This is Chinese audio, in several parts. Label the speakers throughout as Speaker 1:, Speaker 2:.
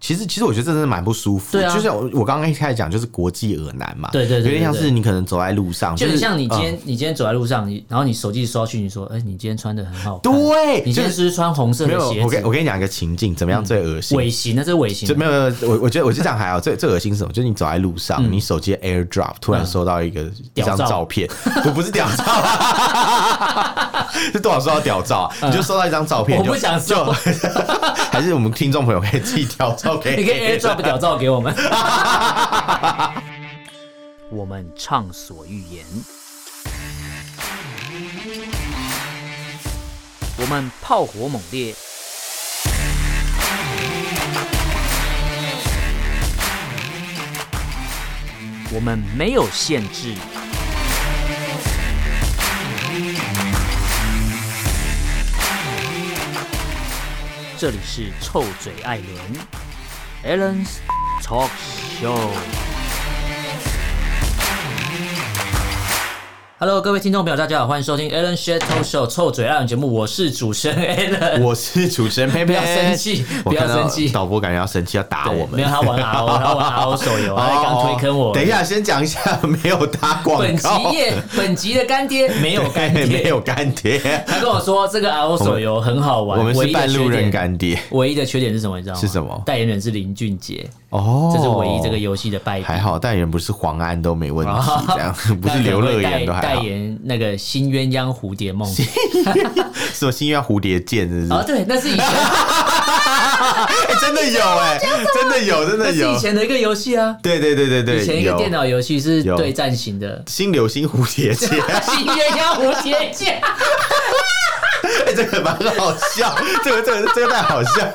Speaker 1: 其实其实我觉得这真的蛮不舒服。
Speaker 2: 对啊
Speaker 1: 就像我我刚刚一开始讲，就是国际耳难嘛，
Speaker 2: 对对对对
Speaker 1: 有点像
Speaker 2: 对
Speaker 1: 是你可能走在路上，
Speaker 2: 就很
Speaker 1: 是
Speaker 2: 像你今
Speaker 1: 嗯
Speaker 2: 天，你今天走在路上，你然后你手机刷去，你说，哎，你今天穿的很好看，
Speaker 1: 对，
Speaker 2: 你今
Speaker 1: 就
Speaker 2: 天
Speaker 1: 是
Speaker 2: 是不是穿红色
Speaker 1: 没
Speaker 2: 的
Speaker 1: 有
Speaker 2: 鞋
Speaker 1: 我跟我
Speaker 2: 子？嗯
Speaker 1: 跟你讲一个情境，怎么样最恶心？
Speaker 2: 尾行，那这是尾行
Speaker 1: 就，没有没有，我我觉得我觉得这样还好。最最恶心是什么？就是你走在路上，
Speaker 2: 嗯
Speaker 1: 你手机的 AirDrop 突然收到一个、一
Speaker 2: 屌
Speaker 1: 张
Speaker 2: 照
Speaker 1: 照片，
Speaker 2: 嗯
Speaker 1: 不不是屌照啊，是多少收到屌照啊？你就收到一张照片，
Speaker 2: 嗯我
Speaker 1: 你就
Speaker 2: 不想收
Speaker 1: 就 还是我们听众朋友可以寄屌照给
Speaker 2: 你可以 AirDrop 屌照给 我们。我们畅所欲言，我们炮火猛烈，我们没有限制。这里是臭嘴艾伦 a l l e n s Talk Show。Hello，各位听众朋友，大家好，欢迎收听 Alan s h a t Talk Show 臭嘴艾伦节目，我是主持人 Alan。
Speaker 1: 我是主持人佩
Speaker 2: 不
Speaker 1: 佩，
Speaker 2: 要生气，
Speaker 1: 我
Speaker 2: 不要
Speaker 1: 看到
Speaker 2: 生气。
Speaker 1: 导播感觉要生气，要打
Speaker 2: 对
Speaker 1: 我们。哦
Speaker 2: 没有他玩 RO，他玩 RO 手游，他刚推坑我。
Speaker 1: 等一，下，先讲一下，没有打广告，哎
Speaker 2: 本 集业本集的干爹没有干爹，
Speaker 1: 没有干爹，
Speaker 2: 他跟我说这个 RO 手游很好玩，
Speaker 1: 我们
Speaker 2: 唯
Speaker 1: 是
Speaker 2: 一的
Speaker 1: 半路
Speaker 2: 缺点
Speaker 1: 人干爹
Speaker 2: 唯一的缺点是什么？你知道吗？
Speaker 1: 是什么
Speaker 2: 代言人是林俊杰，
Speaker 1: 哦，
Speaker 2: 这是唯一这个游戏的败笔。
Speaker 1: 还好，代言人不是黄安都没问
Speaker 2: 啊
Speaker 1: 题，这 样不 是刘乐哦言都
Speaker 2: 代
Speaker 1: 还
Speaker 2: 代
Speaker 1: 好，
Speaker 2: 言那个新鸳鸯蝴蝶梦
Speaker 1: 什么新月蝴蝶剑是不是？
Speaker 2: 啊，对，那是 以前
Speaker 1: 哎，哦真的有哎，真的有，真
Speaker 2: 那
Speaker 1: 的
Speaker 2: 是以
Speaker 1: 有，
Speaker 2: 前的一个游戏啊，
Speaker 1: 对对对对对，
Speaker 2: 以前一个
Speaker 1: 有
Speaker 2: 电脑游戏是
Speaker 1: 有。
Speaker 2: 对战型的
Speaker 1: 新流星蝴蝶 剑，
Speaker 2: 新鸳鸯蝴蝶剑，
Speaker 1: 哎，这个蛮好笑，这个这个这个太好笑。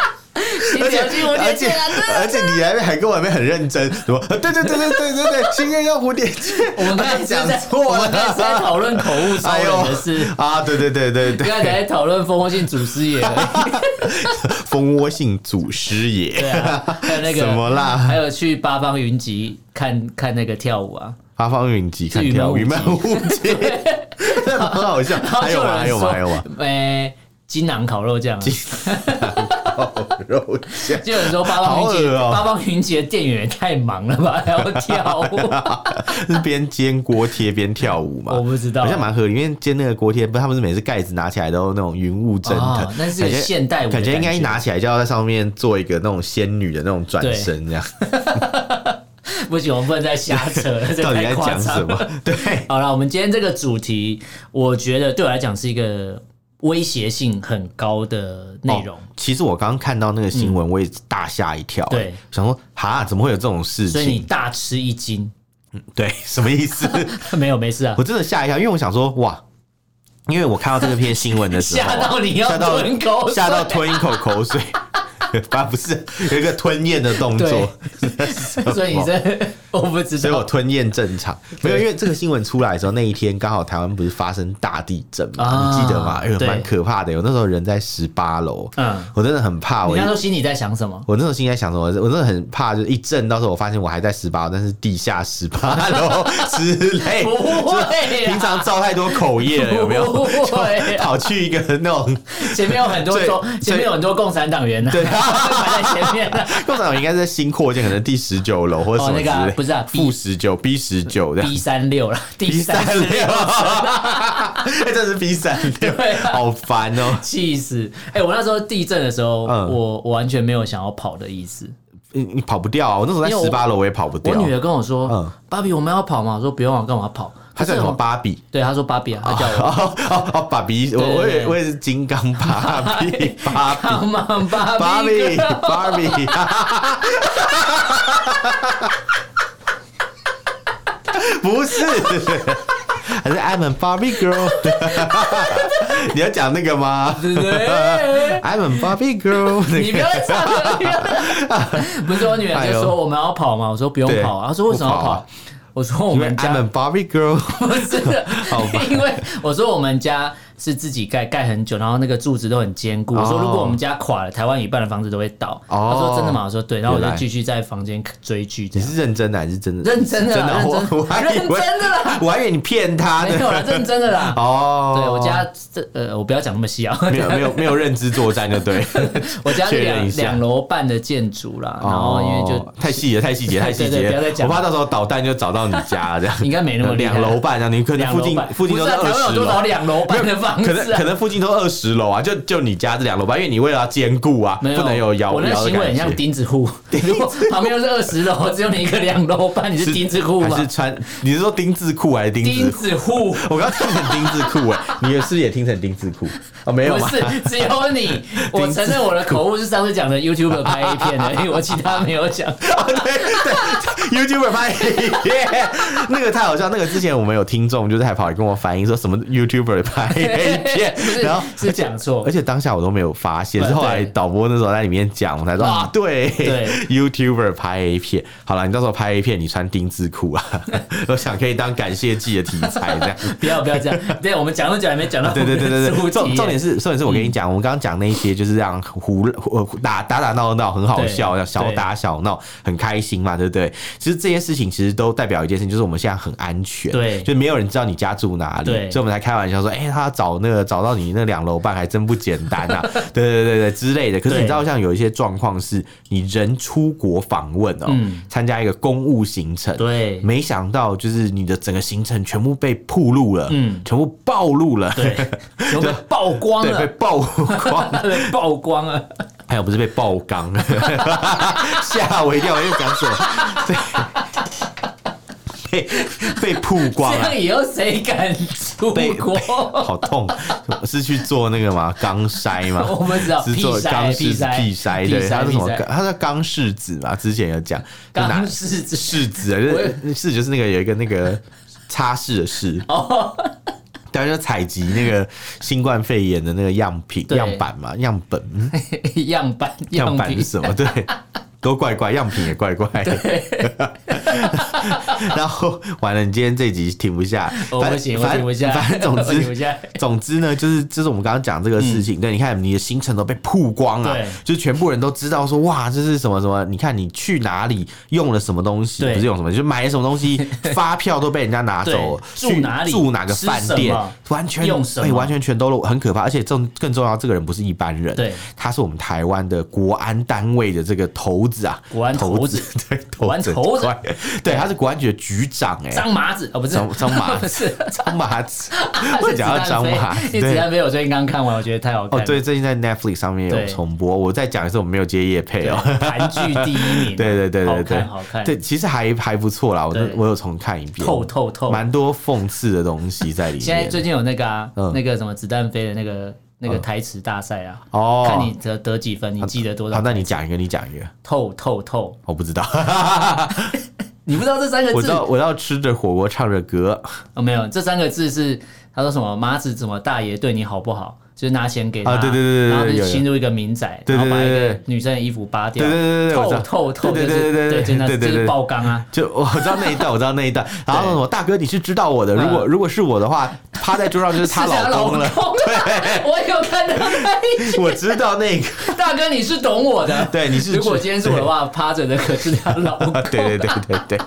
Speaker 2: 新
Speaker 1: 而且
Speaker 2: 鸳鸯蝴
Speaker 1: 而
Speaker 2: 蝶
Speaker 1: 且
Speaker 2: 剑啊，
Speaker 1: 而且你还还跟我还没很认真，什么？呃对对对对对对对，新月要蝴蝶剑，
Speaker 2: 我们刚才是
Speaker 1: 讲
Speaker 2: 在我
Speaker 1: 错
Speaker 2: 们刚才是在
Speaker 1: 了。
Speaker 2: 讨论口误超
Speaker 1: 哎
Speaker 2: 人
Speaker 1: 呦
Speaker 2: 的事，
Speaker 1: 啊，对对对对
Speaker 2: 刚
Speaker 1: 对，
Speaker 2: 才在讨论蜂窝性祖师爷而已，
Speaker 1: 蜂窝性祖师
Speaker 2: 对
Speaker 1: 爷，
Speaker 2: 啊，还有那个
Speaker 1: 什么啦？
Speaker 2: 还有去八方云集看看那个跳舞啊，
Speaker 1: 八方云集看
Speaker 2: 是
Speaker 1: 跳舞，
Speaker 2: 云
Speaker 1: 云
Speaker 2: 门
Speaker 1: 门舞集，这很好笑。
Speaker 2: 然后
Speaker 1: 还
Speaker 2: 就
Speaker 1: 有
Speaker 2: 人
Speaker 1: 吗？还有吗？
Speaker 2: 说
Speaker 1: 还有吗？？
Speaker 2: 呃，金囊烤肉酱啊，
Speaker 1: 肉酱。
Speaker 2: 就有人说八方云集，
Speaker 1: 好恶哦
Speaker 2: 八方云集的店员也太忙了吧， 还要跳 舞。
Speaker 1: 是边煎锅贴边跳舞嘛？
Speaker 2: 我不知道
Speaker 1: 好像蛮合理。因为煎那个锅贴，不是他们是每次盖子拿起来都那种云雾蒸腾，
Speaker 2: 哦那是个现代舞的
Speaker 1: 感觉应
Speaker 2: 感
Speaker 1: 该
Speaker 2: 觉
Speaker 1: 一拿起来就要在上面做一个那种仙女的那种转身，这样
Speaker 2: 不行，我们不能再瞎扯了， 这
Speaker 1: 到底在
Speaker 2: 太夸
Speaker 1: 讲什
Speaker 2: 张
Speaker 1: 么
Speaker 2: 了。？
Speaker 1: 对，
Speaker 2: 好了，我们今天这个主题，我觉得对我来讲是一个威胁性很高的内容
Speaker 1: 哦。其实我刚刚看到那个新闻，我也大吓一跳，
Speaker 2: 对，
Speaker 1: 想说哈，怎么会有这种事
Speaker 2: 嗯所以你
Speaker 1: 情？
Speaker 2: 大吃一惊，
Speaker 1: 对，什么意思？
Speaker 2: 没有没事啊
Speaker 1: 我，真的吓一跳，因为我想说哇。因为我看到这篇新闻的时候啊，
Speaker 2: 吓到你要
Speaker 1: 吓到
Speaker 2: 吞口水，
Speaker 1: 吓到吞一口口水， 啊不是有一个吞咽的动作，
Speaker 2: 所以你这 我不知
Speaker 1: 所以我
Speaker 2: 道
Speaker 1: 吞咽正常。没有，因为这个新闻出来的时候，那一天刚好台湾不是发生大地震嘛，
Speaker 2: 啊
Speaker 1: 你记得吗？哎呦，
Speaker 2: 对
Speaker 1: 蛮可怕的。我那时候人在十八楼，
Speaker 2: 嗯
Speaker 1: 我真的很怕。
Speaker 2: 你
Speaker 1: 我
Speaker 2: 那时候心里在想什么。
Speaker 1: 我那时候心里在想什么？我真的很怕，就是一震，到时候我发现我还在十八楼，但是地下十八 楼之类。
Speaker 2: 不会啊
Speaker 1: 就是哎平常造太多口业了，有没
Speaker 2: 不
Speaker 1: 有？
Speaker 2: 会
Speaker 1: 就
Speaker 2: 啊
Speaker 1: 跑去一个那种
Speaker 2: 前面有很多
Speaker 1: 最
Speaker 2: 中，前面
Speaker 1: 最
Speaker 2: 有很多共产党员呢、
Speaker 1: 对
Speaker 2: 排在前面、啊。
Speaker 1: 共产党应该是在新扩建，可能第十九楼或者什么
Speaker 2: 哦那个啊
Speaker 1: 之类
Speaker 2: 不是啊 B-
Speaker 1: 负十九、B 十九这样
Speaker 2: B 三六 啦，第
Speaker 1: B
Speaker 2: 三
Speaker 1: 啊三
Speaker 2: 十
Speaker 1: 六，
Speaker 2: 六，
Speaker 1: 哎，这是 B 三六
Speaker 2: 对，啊
Speaker 1: 好烦哦！
Speaker 2: 气死！哎、我那时候地震的时候，
Speaker 1: 嗯
Speaker 2: 我我完全没有想要跑的意思。
Speaker 1: 你你跑不掉啊！我那时候
Speaker 2: 因为
Speaker 1: 在
Speaker 2: 我
Speaker 1: 十八楼，我也跑不
Speaker 2: 我
Speaker 1: 掉。
Speaker 2: 女儿跟我说：“
Speaker 1: 嗯
Speaker 2: 芭比，我们要跑吗？”我说：“不用啊，干嘛跑？”
Speaker 1: 她叫什么
Speaker 2: 可是我？
Speaker 1: 芭比？
Speaker 2: 对，她说芭比啊，她叫 我。
Speaker 1: 哦哦哦，芭比，我我
Speaker 2: 对对
Speaker 1: 也
Speaker 2: 对
Speaker 1: 我也是金刚芭
Speaker 2: 哎
Speaker 1: 比，芭比，
Speaker 2: Come on,
Speaker 1: 芭
Speaker 2: Barbie
Speaker 1: 比，
Speaker 2: girl
Speaker 1: 芭比。 不是，还是 I'm a Barbie girl。你要讲那个吗？
Speaker 2: 对不对？
Speaker 1: I'm a Barbie girl 那个。
Speaker 2: 你不要再唱了，你不要再 唱不是我女儿就说我们要跑嘛，我说不用跑啊，
Speaker 1: 哎对
Speaker 2: 她说为什么要
Speaker 1: 不跑啊
Speaker 2: 跑？我说我
Speaker 1: 因为
Speaker 2: 们
Speaker 1: I'm
Speaker 2: 家
Speaker 1: a Barbie girl。
Speaker 2: 不是，因为我说我们家是自己盖，盖很久，然后那个柱子都很坚固。
Speaker 1: 哦
Speaker 2: 我说如果我们家垮了，台湾一半的房子都会倒。
Speaker 1: 哦
Speaker 2: 他说真的吗？我说对，然后我
Speaker 1: 原
Speaker 2: 就
Speaker 1: 来
Speaker 2: 继续在房间追剧，这
Speaker 1: 你
Speaker 2: 样
Speaker 1: 是认真的还是真的？
Speaker 2: 啊认真的
Speaker 1: 真的
Speaker 2: 啦，
Speaker 1: 啊，
Speaker 2: 认
Speaker 1: 我
Speaker 2: 真
Speaker 1: 我还以
Speaker 2: 认
Speaker 1: 为
Speaker 2: 真的啦，
Speaker 1: 我还以为你骗他
Speaker 2: 啊没
Speaker 1: 呢。
Speaker 2: 有啦，认真的啦。
Speaker 1: 哦，
Speaker 2: 对我家这呃，我不要讲那么细啊，
Speaker 1: 没有没有没有认知作战就 对，
Speaker 2: 我家是
Speaker 1: 确认
Speaker 2: 两
Speaker 1: 一下
Speaker 2: 两楼半的建筑啦，然后因为就
Speaker 1: 哦太细节太细节太细
Speaker 2: 对对
Speaker 1: 节
Speaker 2: 不要再，
Speaker 1: 我
Speaker 2: 讲了
Speaker 1: 怕到时候导弹就找到你家了这样。
Speaker 2: 应该没那么厉害
Speaker 1: 两楼半啊，你可能
Speaker 2: 两
Speaker 1: 附
Speaker 2: 楼
Speaker 1: 近
Speaker 2: 半，
Speaker 1: 附近都
Speaker 2: 不
Speaker 1: 是
Speaker 2: 是啊
Speaker 1: 二
Speaker 2: 台湾有
Speaker 1: 十
Speaker 2: 多
Speaker 1: 楼
Speaker 2: 少。两楼半的房
Speaker 1: 可
Speaker 2: 子
Speaker 1: 能
Speaker 2: 啊
Speaker 1: 可？能附近都二十楼啊，就就你家这两楼吧，因为你为了要兼顾啊，
Speaker 2: 没有，
Speaker 1: 不能有摇
Speaker 2: 我那
Speaker 1: 摇的
Speaker 2: 行为
Speaker 1: 感
Speaker 2: 很像
Speaker 1: 觉。
Speaker 2: 钉 子户，如果旁边都是二十楼，只有你一个两楼半，你是钉子户
Speaker 1: 还
Speaker 2: 吗
Speaker 1: 是？穿？你是说丁字裤还是丁字
Speaker 2: 钉
Speaker 1: 裤？
Speaker 2: 子户
Speaker 1: 我刚刚听成丁字裤哎，你也是不是也听成丁字裤哦？没有
Speaker 2: 不
Speaker 1: 吗？
Speaker 2: 是只有 你，我承认我的口误是上次讲的 YouTube 拍 A 片 的，因为我其他没有讲。
Speaker 1: 哦对对，YouTuber 拍耶，那个太好笑。那个之前我们有听众就是还跑来跟我反映说什么 YouTuber 拍 A 片
Speaker 2: 不是，
Speaker 1: 然后
Speaker 2: 是讲错
Speaker 1: 而且当下我都没有发现，
Speaker 2: 对
Speaker 1: 是后来导播那时候在里面讲，我才说
Speaker 2: 嗯
Speaker 1: 啊，对
Speaker 2: 对
Speaker 1: ，YouTuber 拍 A 片。好了，你到时候拍 A 片，你穿丁字裤啊， 我想可以当感谢季的题材这样。
Speaker 2: 不要不要 这样，对我们讲都讲，还没讲到
Speaker 1: 对对对 对
Speaker 2: 我们
Speaker 1: 对，
Speaker 2: 的主题
Speaker 1: 重
Speaker 2: 耶
Speaker 1: 重点是重点是我跟你讲，
Speaker 2: 嗯
Speaker 1: 我们刚刚讲那些就是让胡呃打打打闹闹很好笑，
Speaker 2: 对
Speaker 1: 小打小闹很开心嘛，对不对？其实这些事情其实都代表一件事情，就是我们现在很安全，
Speaker 2: 对
Speaker 1: 就没有人知道你家住哪里，
Speaker 2: 对
Speaker 1: 所以我们才开玩笑说，哎，他找那个找到你那两楼半还真不简单 啊，对对对对对之类的。可是你
Speaker 2: 对
Speaker 1: 知道，像有一些状况是你人出国访问哦
Speaker 2: 嗯，
Speaker 1: 参加一个公务行程，
Speaker 2: 对
Speaker 1: 没想到就是你的整个行程全部被曝露了，
Speaker 2: 嗯
Speaker 1: 全部暴露了，
Speaker 2: 对，有没有曝光
Speaker 1: 对，被
Speaker 2: 了？
Speaker 1: 曝 光，
Speaker 2: 被曝光啊了，
Speaker 1: 还有不是被曝 光，吓我一跳，我又讲什么？对，被被曝光
Speaker 2: 这
Speaker 1: 了
Speaker 2: 样。以后谁敢出
Speaker 1: 被
Speaker 2: 国？
Speaker 1: 好痛，是去做那个吗？钢筛 吗？
Speaker 2: 我们 知道
Speaker 1: 是做
Speaker 2: 哦屁筛
Speaker 1: 钢试
Speaker 2: 屁筛
Speaker 1: 屁筛，
Speaker 2: 屁
Speaker 1: 对，
Speaker 2: 筛
Speaker 1: 它是什么
Speaker 2: 屁？筛
Speaker 1: 它叫钢试纸嘛，之前有讲，就拿
Speaker 2: 刚是指
Speaker 1: 柿子啊，就是柿就是那个有一个那个擦拭的拭，
Speaker 2: 哦，
Speaker 1: 当然就采集那个新冠肺炎的那个样品
Speaker 2: 对
Speaker 1: 样板嘛，样本嗯
Speaker 2: 样板
Speaker 1: 样板
Speaker 2: 品
Speaker 1: 是什么？对。都怪怪，样品也怪 怪的。 然后完了，你今天这集停不下，
Speaker 2: 哦我
Speaker 1: 反
Speaker 2: 不行，我
Speaker 1: 反
Speaker 2: 停不下，
Speaker 1: 反正总
Speaker 2: 我停不
Speaker 1: 之，
Speaker 2: 下。
Speaker 1: 总之呢，就是就是我们刚刚讲这个事情，对，你看你的行程都被曝光啊
Speaker 2: 嗯对，
Speaker 1: 就是全部人都知道说哇，这是什么什么，你看你去哪里用了什么东西，
Speaker 2: 对
Speaker 1: 不是用什么，就买了什么东西，发票都被人家拿走了，
Speaker 2: 对
Speaker 1: 去
Speaker 2: 住哪里
Speaker 1: 住哪个
Speaker 2: 吃
Speaker 1: 饭
Speaker 2: 什
Speaker 1: 店
Speaker 2: 么，
Speaker 1: 完全
Speaker 2: 用什么
Speaker 1: 哎完全全都很可怕，而且更更重要，这个人不是一般人，
Speaker 2: 对，
Speaker 1: 他是我们台湾的国安单位的这个头子啊，
Speaker 2: 国安头子，
Speaker 1: 对，
Speaker 2: 国安头子，
Speaker 1: 对，他是国安局的局长，哎，
Speaker 2: 张麻子哦，不是
Speaker 1: 张张麻
Speaker 2: 不是，
Speaker 1: 张麻子，我讲到张麻子，
Speaker 2: 你子
Speaker 1: 对。
Speaker 2: 弹飞我最近刚看完，我觉得太好
Speaker 1: 哦
Speaker 2: 看了，，
Speaker 1: 对，最近在 Netflix 上面有
Speaker 2: 对
Speaker 1: 重播。我再讲一次，我们没有接夜配
Speaker 2: 对，
Speaker 1: 哦。
Speaker 2: 韩剧第一名，
Speaker 1: 对
Speaker 2: 啊
Speaker 1: 对对对
Speaker 2: 好
Speaker 1: 对，
Speaker 2: 看好看，
Speaker 1: 对，其实还还不错啦，我都
Speaker 2: 对
Speaker 1: 我有重看一遍，
Speaker 2: 透透透。
Speaker 1: 蛮多讽刺的东西在里面。
Speaker 2: 现在最近有那个啊
Speaker 1: 嗯，
Speaker 2: 那个什么子弹飞的那个那个台词大赛啊，
Speaker 1: 哦，
Speaker 2: 看你得得几分，你记得多
Speaker 1: 好，
Speaker 2: 少？
Speaker 1: 那你讲一个，你讲一个，
Speaker 2: 透透透，
Speaker 1: 我不 知道，
Speaker 2: 你不知道这三个
Speaker 1: 我知
Speaker 2: 字
Speaker 1: 道，我要吃着火锅唱着歌，
Speaker 2: 哦，没有，这三个字是他说什么麻子怎么大爷对你好不好，就是拿钱给他，
Speaker 1: 啊对对对对对
Speaker 2: 然后
Speaker 1: 有
Speaker 2: 就
Speaker 1: 有
Speaker 2: 侵入一个民宅，
Speaker 1: 对对
Speaker 2: 然后把一
Speaker 1: 对对
Speaker 2: 个
Speaker 1: 对
Speaker 2: 女生的衣服扒掉，
Speaker 1: 对对对对对我知道
Speaker 2: 透透透，
Speaker 1: 对对
Speaker 2: 就是
Speaker 1: 对对对
Speaker 2: 对，真的
Speaker 1: 对对
Speaker 2: 这
Speaker 1: 对
Speaker 2: 是爆缸啊，
Speaker 1: 就 我知道那一段，我知道那一 段。然后我大哥，你是知道我的，如果如果是我的话，趴在桌上就是她
Speaker 2: 嗯 是她
Speaker 1: 老
Speaker 2: 老
Speaker 1: 公了。
Speaker 2: 公啊 我有看到那一 集，
Speaker 1: 我知道那个，
Speaker 2: 大哥你是懂我的，
Speaker 1: 对你是
Speaker 2: 如果今天是我的话，趴着的可是他 老公，
Speaker 1: 啊对对对对对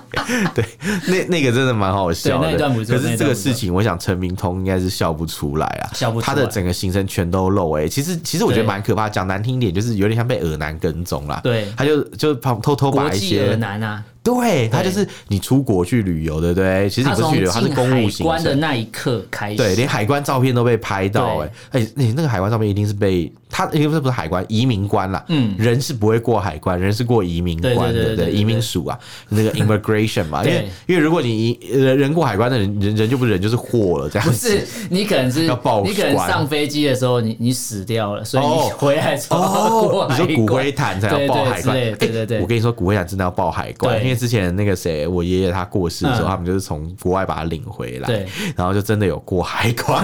Speaker 1: 对，那那个真的蛮好笑的。
Speaker 2: 对那一段不错
Speaker 1: 可是这
Speaker 2: 那一段
Speaker 1: 个
Speaker 2: 不错
Speaker 1: 事情，我想陈明通应该是笑不出来啊，
Speaker 2: 笑不出
Speaker 1: 他
Speaker 2: 来
Speaker 1: 的整个行程全都漏哎、其实其实我觉得
Speaker 2: 对
Speaker 1: 蛮可怕，讲难听一点，就是有点像被耳男跟踪啦。
Speaker 2: 对
Speaker 1: 他就就旁偷偷
Speaker 2: 国
Speaker 1: 把一
Speaker 2: 际而
Speaker 1: 些，
Speaker 2: 难啊，
Speaker 1: 对他就是你出国去旅游，对不对？其实你
Speaker 2: 他
Speaker 1: 不是
Speaker 2: 从
Speaker 1: 去旅
Speaker 2: 进
Speaker 1: 游，他是公务
Speaker 2: 海
Speaker 1: 行
Speaker 2: 关的
Speaker 1: 程。
Speaker 2: 那一刻开始，
Speaker 1: 对，连海关照片都被拍到、欸，哎、哎、那那个海关照片一定是被他，因为这不是海关，移民官啦，
Speaker 2: 嗯
Speaker 1: 人是不会过海关，人是过移民关的，
Speaker 2: 对对对对对对
Speaker 1: 移民署啊，那个 immigration 嘛，因为
Speaker 2: 对
Speaker 1: 因为如果你移呃人过海关的人人人就不是人就是货了，这样
Speaker 2: 不
Speaker 1: 子。
Speaker 2: 是，你可能是
Speaker 1: 要报
Speaker 2: 你可能
Speaker 1: 关
Speaker 2: 上飞机的时候你你死掉了，所以
Speaker 1: 哦
Speaker 2: 你 回来之后过
Speaker 1: 你
Speaker 2: 海
Speaker 1: 说骨
Speaker 2: 关
Speaker 1: 灰坛才要报海关？
Speaker 2: 对对之类对对
Speaker 1: 哎
Speaker 2: 对
Speaker 1: 我跟你说，骨灰坛真的要报海关，
Speaker 2: 对
Speaker 1: 因为之前那个谁，我爷爷他过世的时候，
Speaker 2: 嗯
Speaker 1: 他们就是从国外把他领回来，
Speaker 2: 对，
Speaker 1: 然后就真的有过海关，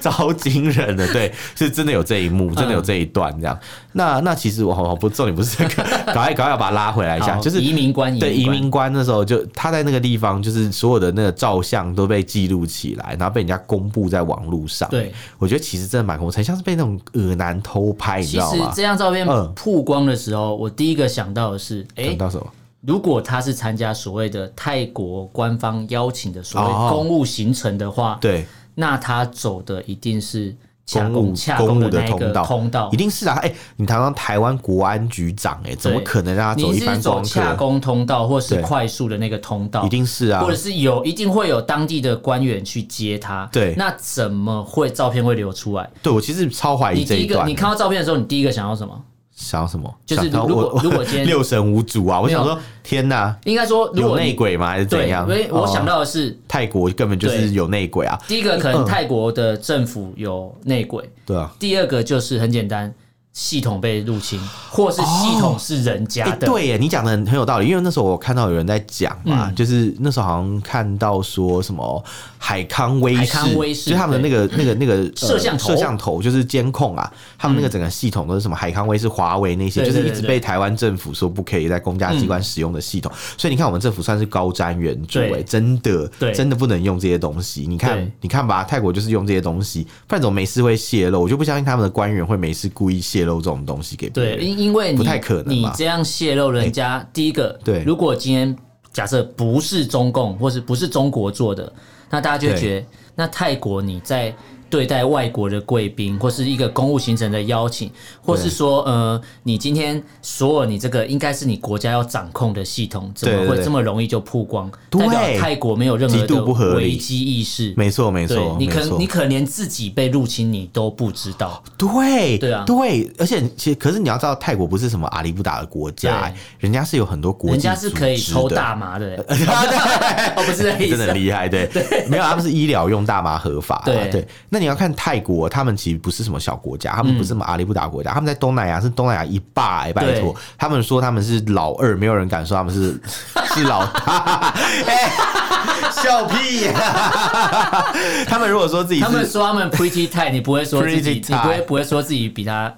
Speaker 1: 超惊人的，对，是真的有这这一
Speaker 2: 嗯
Speaker 1: 幕，真的有这一段这样。那那其实我好不重点不是这 个，赶快赶快要把它拉回来一下，
Speaker 2: 好
Speaker 1: 就是
Speaker 2: 移民官，
Speaker 1: 对移
Speaker 2: 官，
Speaker 1: 民官那时候就他在那个地方，就是所有的那个照相都被记录起来，然后被人家公布在网络上。
Speaker 2: 对，
Speaker 1: 我觉得其实真的蛮恐怖，很像是被那种恶男偷拍，你知
Speaker 2: 其
Speaker 1: 道
Speaker 2: 实
Speaker 1: 吗？
Speaker 2: 这张照片
Speaker 1: 嗯
Speaker 2: 曝光的时候，我第一个想到的是，哎、
Speaker 1: 等到什么？
Speaker 2: 如果他是参加所谓的泰国官方邀请的所
Speaker 1: 哦
Speaker 2: 谓公务行程的话，
Speaker 1: 对，
Speaker 2: 那他走的一定是洽
Speaker 1: 公
Speaker 2: 公
Speaker 1: 务
Speaker 2: 洽
Speaker 1: 公务
Speaker 2: 的那一
Speaker 1: 通
Speaker 2: 个
Speaker 1: 道，
Speaker 2: 通道
Speaker 1: 一。定是啊！哎、你堂堂台湾国安局长、哎，怎么可能让他走
Speaker 2: 你
Speaker 1: 一
Speaker 2: 是
Speaker 1: 般
Speaker 2: 走
Speaker 1: 光
Speaker 2: 洽
Speaker 1: 客？
Speaker 2: 公通道，或
Speaker 1: 对
Speaker 2: 是快速的那个通道
Speaker 1: 一，定是啊
Speaker 2: 或者，是有一定会有当地的官员去接他。
Speaker 1: 对
Speaker 2: 那怎么会照片会流出来？
Speaker 1: 对我其实超怀疑
Speaker 2: 你
Speaker 1: 这
Speaker 2: 第一
Speaker 1: 一
Speaker 2: 个，
Speaker 1: 段啊
Speaker 2: 你。看到照片的时候，你第一个想要什么？
Speaker 1: 想要什么？
Speaker 2: 就是
Speaker 1: 想到
Speaker 2: 如果
Speaker 1: 我我
Speaker 2: 如果今天
Speaker 1: 六神无主啊！我想说，天哪，
Speaker 2: 应该说，如
Speaker 1: 有
Speaker 2: 果你
Speaker 1: 内鬼吗？还是怎
Speaker 2: 对，
Speaker 1: 样
Speaker 2: 因？为我
Speaker 1: 哦
Speaker 2: 想到的是，
Speaker 1: 泰国根本就是
Speaker 2: 对
Speaker 1: 有内鬼啊！
Speaker 2: 第一个可能泰国的政府有内鬼，
Speaker 1: 对啊，
Speaker 2: 第二个就是很简单，系统被入侵，或是系统是人
Speaker 1: 哎、
Speaker 2: 家的。
Speaker 1: 对耶，你讲的很有道理，因为那时候我看到有人在讲嘛，
Speaker 2: 嗯
Speaker 1: 就是那时候好像看到说什么海康威视，
Speaker 2: 海康威视
Speaker 1: 就是他们的那个那个那个、呃
Speaker 2: 摄像头
Speaker 1: 摄像头就是监控啊，他们那个整个系统都是什么海康威视、华为那些，
Speaker 2: 嗯对对
Speaker 1: 就是一直被台湾政府说不可以在公家机关使用的系统，所以你看我们政府算是高瞻远瞩，哎，
Speaker 2: 对
Speaker 1: 真的，
Speaker 2: 对
Speaker 1: 真的不能用这些东西。你看
Speaker 2: 对，
Speaker 1: 你看吧，泰国就是用这些东西，不然怎么没事会泄露？我就不相信他们的官员会没事故意泄露这种东西给别
Speaker 2: 对，
Speaker 1: 人。
Speaker 2: 因因为你
Speaker 1: 不太可能吧哎
Speaker 2: 你这样泄露人家，第一个，
Speaker 1: 对
Speaker 2: 如果今天假设不是中共或是不是中国做的，那大家就会
Speaker 1: 对
Speaker 2: 觉得，那泰国你在对待外国的贵宾或是一个公务行程的邀请，或是说呃，你今天所有你这个应该是你国家要掌控的系统，怎
Speaker 1: 对
Speaker 2: 么
Speaker 1: 对
Speaker 2: 会
Speaker 1: 对
Speaker 2: 这么容易就曝光？
Speaker 1: 对
Speaker 2: 代表泰国没有任
Speaker 1: 极
Speaker 2: 何
Speaker 1: 度
Speaker 2: 的
Speaker 1: 不合理
Speaker 2: 危机意识。
Speaker 1: 没错，没
Speaker 2: 对
Speaker 1: 错，，
Speaker 2: 你
Speaker 1: 没
Speaker 2: 可
Speaker 1: 错
Speaker 2: 你可能连自己被入侵你都不知道，
Speaker 1: 对
Speaker 2: 对啊
Speaker 1: 对，而且其实可是你要知道，泰国不是什么阿里不达的国家、
Speaker 2: 对
Speaker 1: 人家是有很多国
Speaker 2: 人
Speaker 1: 际
Speaker 2: 家是可以
Speaker 1: 组织
Speaker 2: 抽
Speaker 1: 的
Speaker 2: 大麻的、欸，哦不是这意
Speaker 1: 真
Speaker 2: 思
Speaker 1: 的很厉害，对， 没有，他们是医疗用大麻合法啊，
Speaker 2: 对
Speaker 1: 对。那你要看泰国，他们其实不是什么小国家，他们
Speaker 2: 嗯
Speaker 1: 不是什么阿里不达国家，他们在东南亚是东南亚一霸、哎，拜托
Speaker 2: 对，
Speaker 1: 他们说他们是老二，没有人敢说他们 是是老大，哎、笑屁呀、 他们如果说自己
Speaker 2: 他们
Speaker 1: 是
Speaker 2: 说他们 pretty tight，你不会说自己，
Speaker 1: Pretty
Speaker 2: 你不会
Speaker 1: tight。
Speaker 2: 不会说自己比他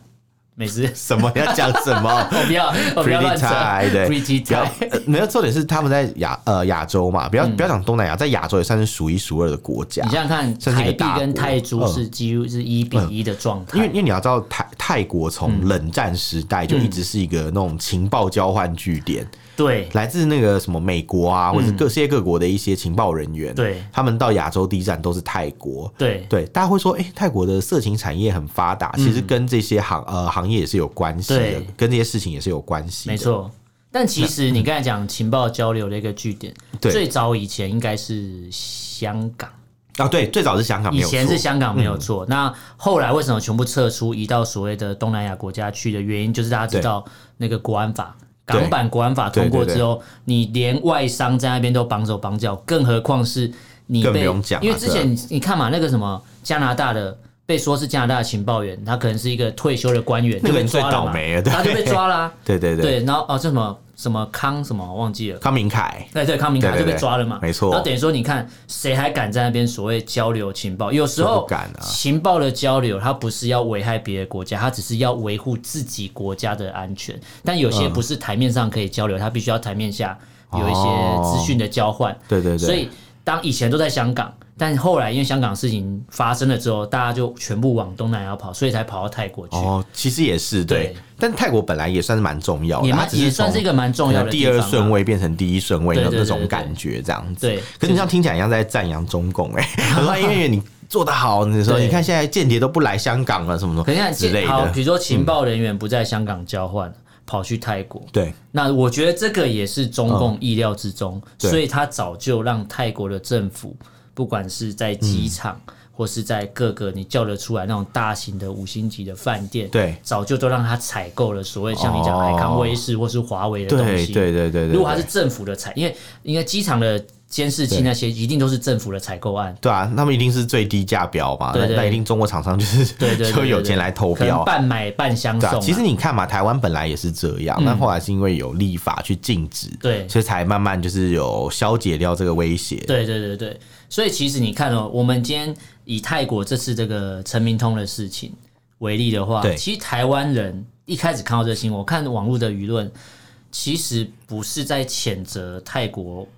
Speaker 2: 美食
Speaker 1: 什么要讲什么，
Speaker 2: 我 不要，我哦不要
Speaker 1: Pretty
Speaker 2: 乱扯
Speaker 1: Thai，对
Speaker 2: pretty
Speaker 1: 不要
Speaker 2: tight，
Speaker 1: 呃没有重点是他们在亚呃亚洲嘛，不要不要讲东南亚，在亚洲也算是数一数二的国家
Speaker 2: 嗯你。想想看，
Speaker 1: 算是一个
Speaker 2: 台币
Speaker 1: 大
Speaker 2: 跟
Speaker 1: 国
Speaker 2: 泰铢
Speaker 1: 嗯
Speaker 2: 是几乎是一比一的状
Speaker 1: 因为
Speaker 2: 态
Speaker 1: 因。为你要知道泰泰国从
Speaker 2: 嗯
Speaker 1: 冷战时代就一直是一个那种情报交换据点，
Speaker 2: 对，
Speaker 1: 来自那个什么美国啊，或者是各世界各国的一些情报人员，
Speaker 2: 嗯对
Speaker 1: 他们到亚洲第一站都是泰国。
Speaker 2: 对，
Speaker 1: 对，大家会说，哎、泰国的色情产业很发达，其实跟这些行呃行业也是有关系的
Speaker 2: 嗯对，
Speaker 1: 跟这些事情也是有关系的。
Speaker 2: 没错。但其实你刚才讲情报交流的一个据点，
Speaker 1: 对
Speaker 2: 最早以前应该是香港。
Speaker 1: 啊，对，最早是香港，没
Speaker 2: 以
Speaker 1: 有
Speaker 2: 前是
Speaker 1: 错嗯
Speaker 2: 香港没有错，那后来为什么全部撤出移到所谓的东南亚国家去的原因，就是大家知道那个国安法。
Speaker 1: 对
Speaker 2: 港版国安法通过
Speaker 1: 对对对
Speaker 2: 之后，你连外商在那边都绑手绑脚，更何况是你
Speaker 1: 更
Speaker 2: 被
Speaker 1: 不用讲啊
Speaker 2: 因为之
Speaker 1: 对啊
Speaker 2: 前你你看嘛，那个什么加拿大的被说是加拿大的情报员，他可能是一个退休的官员，
Speaker 1: 那个人
Speaker 2: 就被抓了
Speaker 1: 最
Speaker 2: 嘛
Speaker 1: 倒霉了对
Speaker 2: 他就被抓了啊。
Speaker 1: 对对对，
Speaker 2: 对，然后哦，叫什么什么康什么忘记了，
Speaker 1: 康明凯，
Speaker 2: 对对，康明凯
Speaker 1: 对对
Speaker 2: 就
Speaker 1: 对
Speaker 2: 被抓了嘛，
Speaker 1: 没错
Speaker 2: 然后等于说，你看谁还敢在那边所谓交流情报？有时
Speaker 1: 就
Speaker 2: 候
Speaker 1: 不敢啊
Speaker 2: 情报的交流，它不是要危害别的国家，它只是要维护自己国家的安全。但有
Speaker 1: 嗯
Speaker 2: 些不是台面上可以交流，它必须要台面下有一
Speaker 1: 哦
Speaker 2: 些资讯的交换。
Speaker 1: 对对对，
Speaker 2: 所以当以前都在香港，但后来因为香港事情发生了之后，大家就全部往东南亚跑，所以才跑到泰国去。
Speaker 1: 哦，其实也是对，
Speaker 2: 对
Speaker 1: 但泰国本来也算是蛮重要的，
Speaker 2: 也
Speaker 1: 它
Speaker 2: 蛮
Speaker 1: 只
Speaker 2: 也
Speaker 1: 从
Speaker 2: 算是一个蛮重要
Speaker 1: 可能
Speaker 2: 的
Speaker 1: 第
Speaker 2: 地
Speaker 1: 二
Speaker 2: 方啊
Speaker 1: 顺
Speaker 2: 吧。
Speaker 1: 位变成第一顺位
Speaker 2: 对
Speaker 1: 的
Speaker 2: 对
Speaker 1: 那
Speaker 2: 对
Speaker 1: 种
Speaker 2: 对
Speaker 1: 感觉，这样子。
Speaker 2: 对
Speaker 1: 可是你这样听起来像在赞扬中共 哎、欸，他说因为你做得好，你说
Speaker 2: 对
Speaker 1: 你看现在间谍都不来香港了，什么
Speaker 2: 可
Speaker 1: 什
Speaker 2: 是
Speaker 1: 么
Speaker 2: 看
Speaker 1: 之类
Speaker 2: 情好，
Speaker 1: 的嗯
Speaker 2: 比，如说情报人员不在香港交换，跑去泰国。
Speaker 1: 对。
Speaker 2: 那我觉得这个也是中共意料之中，
Speaker 1: 对
Speaker 2: 所以他早就让泰国的政府，不管是在机场、
Speaker 1: 嗯
Speaker 2: 或是在各个你叫得出来那种大型的五星级的饭店，
Speaker 1: 对
Speaker 2: 早就都让他采购了所谓像你讲
Speaker 1: 哦
Speaker 2: 海康威视或是华为的东
Speaker 1: 对
Speaker 2: 西。
Speaker 1: 对对对对，
Speaker 2: 如果它
Speaker 1: 对
Speaker 2: 是政府的采，因为因为机场的监视器
Speaker 1: 对
Speaker 2: 那些一定都是政府的采购案，
Speaker 1: 对啊，他们一定是最低价标嘛，
Speaker 2: 对对
Speaker 1: 那那一定中国厂商就是
Speaker 2: 对对对
Speaker 1: 就
Speaker 2: 对
Speaker 1: 有
Speaker 2: 对
Speaker 1: 钱来投
Speaker 2: 可能
Speaker 1: 标，啊
Speaker 2: 半买半相
Speaker 1: 对
Speaker 2: 送
Speaker 1: 啊
Speaker 2: 啊、，嗯
Speaker 1: 其实你看嘛，台湾本来也是这样，但后来是因为有立法去禁止，
Speaker 2: 对
Speaker 1: 所以才慢慢就是有消解掉这个威胁。
Speaker 2: 对对对对，所以其实你看哦，我们今天以泰国这次这个陈明通的事情，为例的话，
Speaker 1: 对
Speaker 2: 其实台湾人一开始看到这个新闻，我看网络的舆论，其实不是在谴责泰国，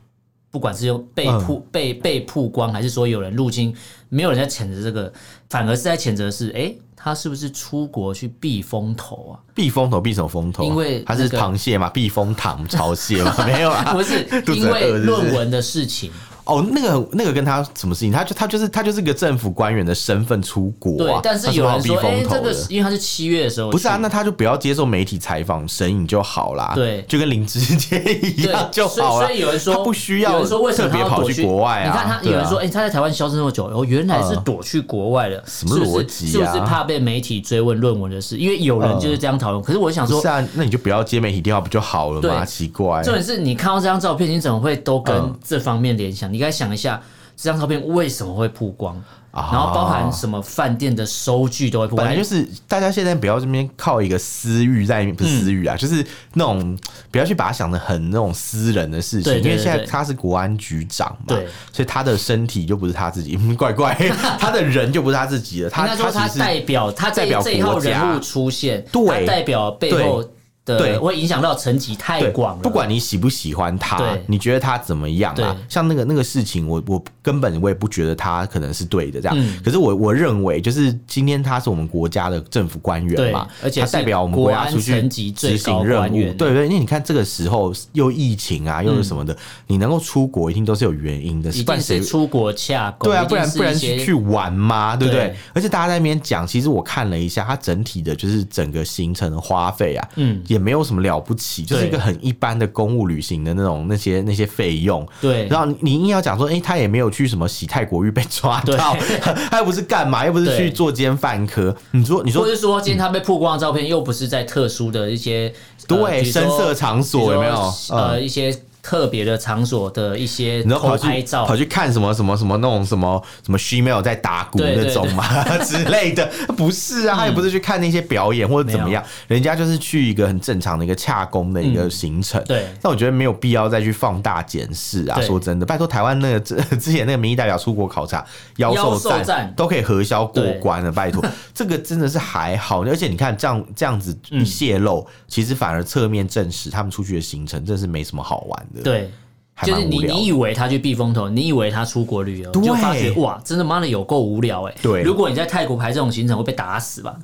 Speaker 2: 不管是用被
Speaker 1: 嗯
Speaker 2: 曝、被被曝光，还是说有人入侵，没有人在谴责这个，反而是在谴责的是，哎、他是不是出国去避风头啊？
Speaker 1: 避风头，避什么风头啊？
Speaker 2: 因为
Speaker 1: 它是
Speaker 2: 那个
Speaker 1: 螃蟹嘛， 避风塘潮蟹嘛，没有啊？
Speaker 2: 不是
Speaker 1: 肚子
Speaker 2: 因
Speaker 1: 很饿
Speaker 2: 为
Speaker 1: 是不是
Speaker 2: 论文的事情，
Speaker 1: 哦，那个那个跟他什么事情？他就他就是他就是个政府官员的身份出国
Speaker 2: 对
Speaker 1: 啊，，
Speaker 2: 但
Speaker 1: 他
Speaker 2: 是有
Speaker 1: 好
Speaker 2: 人
Speaker 1: 避
Speaker 2: 说，哎、
Speaker 1: 风头
Speaker 2: 这个
Speaker 1: 的。
Speaker 2: 是因为他是七月的时候去，
Speaker 1: 不是啊，那他就不要接受媒体采访、神隐就好啦。
Speaker 2: 对
Speaker 1: 就跟林志坚一
Speaker 2: 对
Speaker 1: 样就
Speaker 2: 所以
Speaker 1: 好了。
Speaker 2: 所以有人说
Speaker 1: 他不需要
Speaker 2: 有人说为什么
Speaker 1: 特别
Speaker 2: 他要
Speaker 1: 跑
Speaker 2: 躲
Speaker 1: 去国外啊
Speaker 2: 你看
Speaker 1: 对啊
Speaker 2: 他
Speaker 1: 嗯
Speaker 2: 有人说，哎、他在台湾消失那么久，哦，原来是躲去国外了，什
Speaker 1: 么
Speaker 2: 是不
Speaker 1: 逻
Speaker 2: 是
Speaker 1: 辑啊
Speaker 2: 是不是怕被媒体追问论文的事？因为有人就是这样讨论。可是我想
Speaker 1: 不
Speaker 2: 说
Speaker 1: 是，啊，那你就不要接媒体电话不就好了吗？
Speaker 2: 对
Speaker 1: 奇怪，
Speaker 2: 重点是你看到这张照片，你怎么会都跟
Speaker 1: 嗯
Speaker 2: 这方面联想？你该想一下。这张照片为什么会曝光？
Speaker 1: 啊
Speaker 2: 然后包含什么饭店的收据都会曝
Speaker 1: 本
Speaker 2: 光，
Speaker 1: 来就是大家现在不要这边靠一个私欲在，不
Speaker 2: 嗯
Speaker 1: 是私欲啊，就是那种不要去把它想的很那种私人的事情，
Speaker 2: 对对对
Speaker 1: 因为现在
Speaker 2: 对
Speaker 1: 他是国安局长嘛，
Speaker 2: 对
Speaker 1: 所以他的身体就不是他自己，嗯怪 怪，他的人就不是他自己了，他
Speaker 2: 应该说他
Speaker 1: 其实是
Speaker 2: 代表他这
Speaker 1: 代表
Speaker 2: 这一号
Speaker 1: 国家
Speaker 2: 人物出现，
Speaker 1: 对
Speaker 2: 他代表背后
Speaker 1: 对
Speaker 2: 的会影响到层级太
Speaker 1: 对
Speaker 2: 广了，
Speaker 1: 不管你喜不喜欢他
Speaker 2: 对，
Speaker 1: 你觉得他怎么样
Speaker 2: 对
Speaker 1: 啊？像那个那个事情，我我根本我也不觉得他可能是对的这样。
Speaker 2: 嗯
Speaker 1: 可是我我认为，就是今天他是我们国家的政府官员
Speaker 2: 对
Speaker 1: 嘛，
Speaker 2: 而且
Speaker 1: 他
Speaker 2: 是
Speaker 1: 代表我们国家出
Speaker 2: 国
Speaker 1: 去
Speaker 2: 安层级
Speaker 1: 执
Speaker 2: 最
Speaker 1: 行
Speaker 2: 高
Speaker 1: 任
Speaker 2: 官
Speaker 1: 务。
Speaker 2: 员
Speaker 1: 对对，因为你看这个时候又疫情啊，又是什么的，你能够出国一定都是有原因的，
Speaker 2: 嗯一
Speaker 1: 不然
Speaker 2: 定
Speaker 1: 谁
Speaker 2: 是出国洽购，
Speaker 1: 对啊，
Speaker 2: 一
Speaker 1: 不
Speaker 2: 定
Speaker 1: 然
Speaker 2: 是
Speaker 1: 不然
Speaker 2: 一
Speaker 1: 去
Speaker 2: 些
Speaker 1: 去玩嘛，对不对？
Speaker 2: 对
Speaker 1: 而且大家在那边讲，其实我看了一下，它整体的就是整个行程的花费啊，
Speaker 2: 嗯
Speaker 1: 也没有什么了不起，就是一个很一般的公务旅行的那种那 些那些费用。
Speaker 2: 对
Speaker 1: 然后你你硬要讲说，哎、他也没有去什么洗泰国浴被抓到， 他又不是干嘛，又不是
Speaker 2: 对
Speaker 1: 去做奸犯科。你说你说
Speaker 2: 或者说今天他被曝光的照片又不是在特殊的一些呃
Speaker 1: 对
Speaker 2: 比如说
Speaker 1: 深色场所
Speaker 2: 比如
Speaker 1: 有
Speaker 2: 说
Speaker 1: 没嗯有
Speaker 2: 呃，一些特别的场所的一些
Speaker 1: 你知道跑
Speaker 2: 偷
Speaker 1: 去
Speaker 2: 拍照
Speaker 1: 跑，去看什么什么什么那种什么什么 female 在打鼓
Speaker 2: 对对
Speaker 1: 那种嘛 之类的，不是啊，他也不是去看那些表演或者怎
Speaker 2: 嗯
Speaker 1: 么样，人家就是去一个很正常的一个洽公的一个行程。
Speaker 2: 嗯对
Speaker 1: 那我觉得没有必要再去放大检视啊。
Speaker 2: 对
Speaker 1: 说真的，拜托台湾那个之 之前那个民意代表出国考察妖兽
Speaker 2: 妖兽战
Speaker 1: 都可以核销过关了， 拜托，这个真的是还好。而且你看这样这样子一泄露，
Speaker 2: 嗯
Speaker 1: 其实反而侧面证实他们出去的行程真的是没什么好玩的。。
Speaker 2: 对。
Speaker 1: 还
Speaker 2: 就
Speaker 1: 蛮
Speaker 2: 是
Speaker 1: 无
Speaker 2: 你，
Speaker 1: 聊的
Speaker 2: 你以为他去避风头，你以为他出国旅游，
Speaker 1: 对
Speaker 2: 你就发觉哇，真的妈的有够无聊哎、
Speaker 1: 对
Speaker 2: 如果你在泰国排这种行程，会被打死 吧？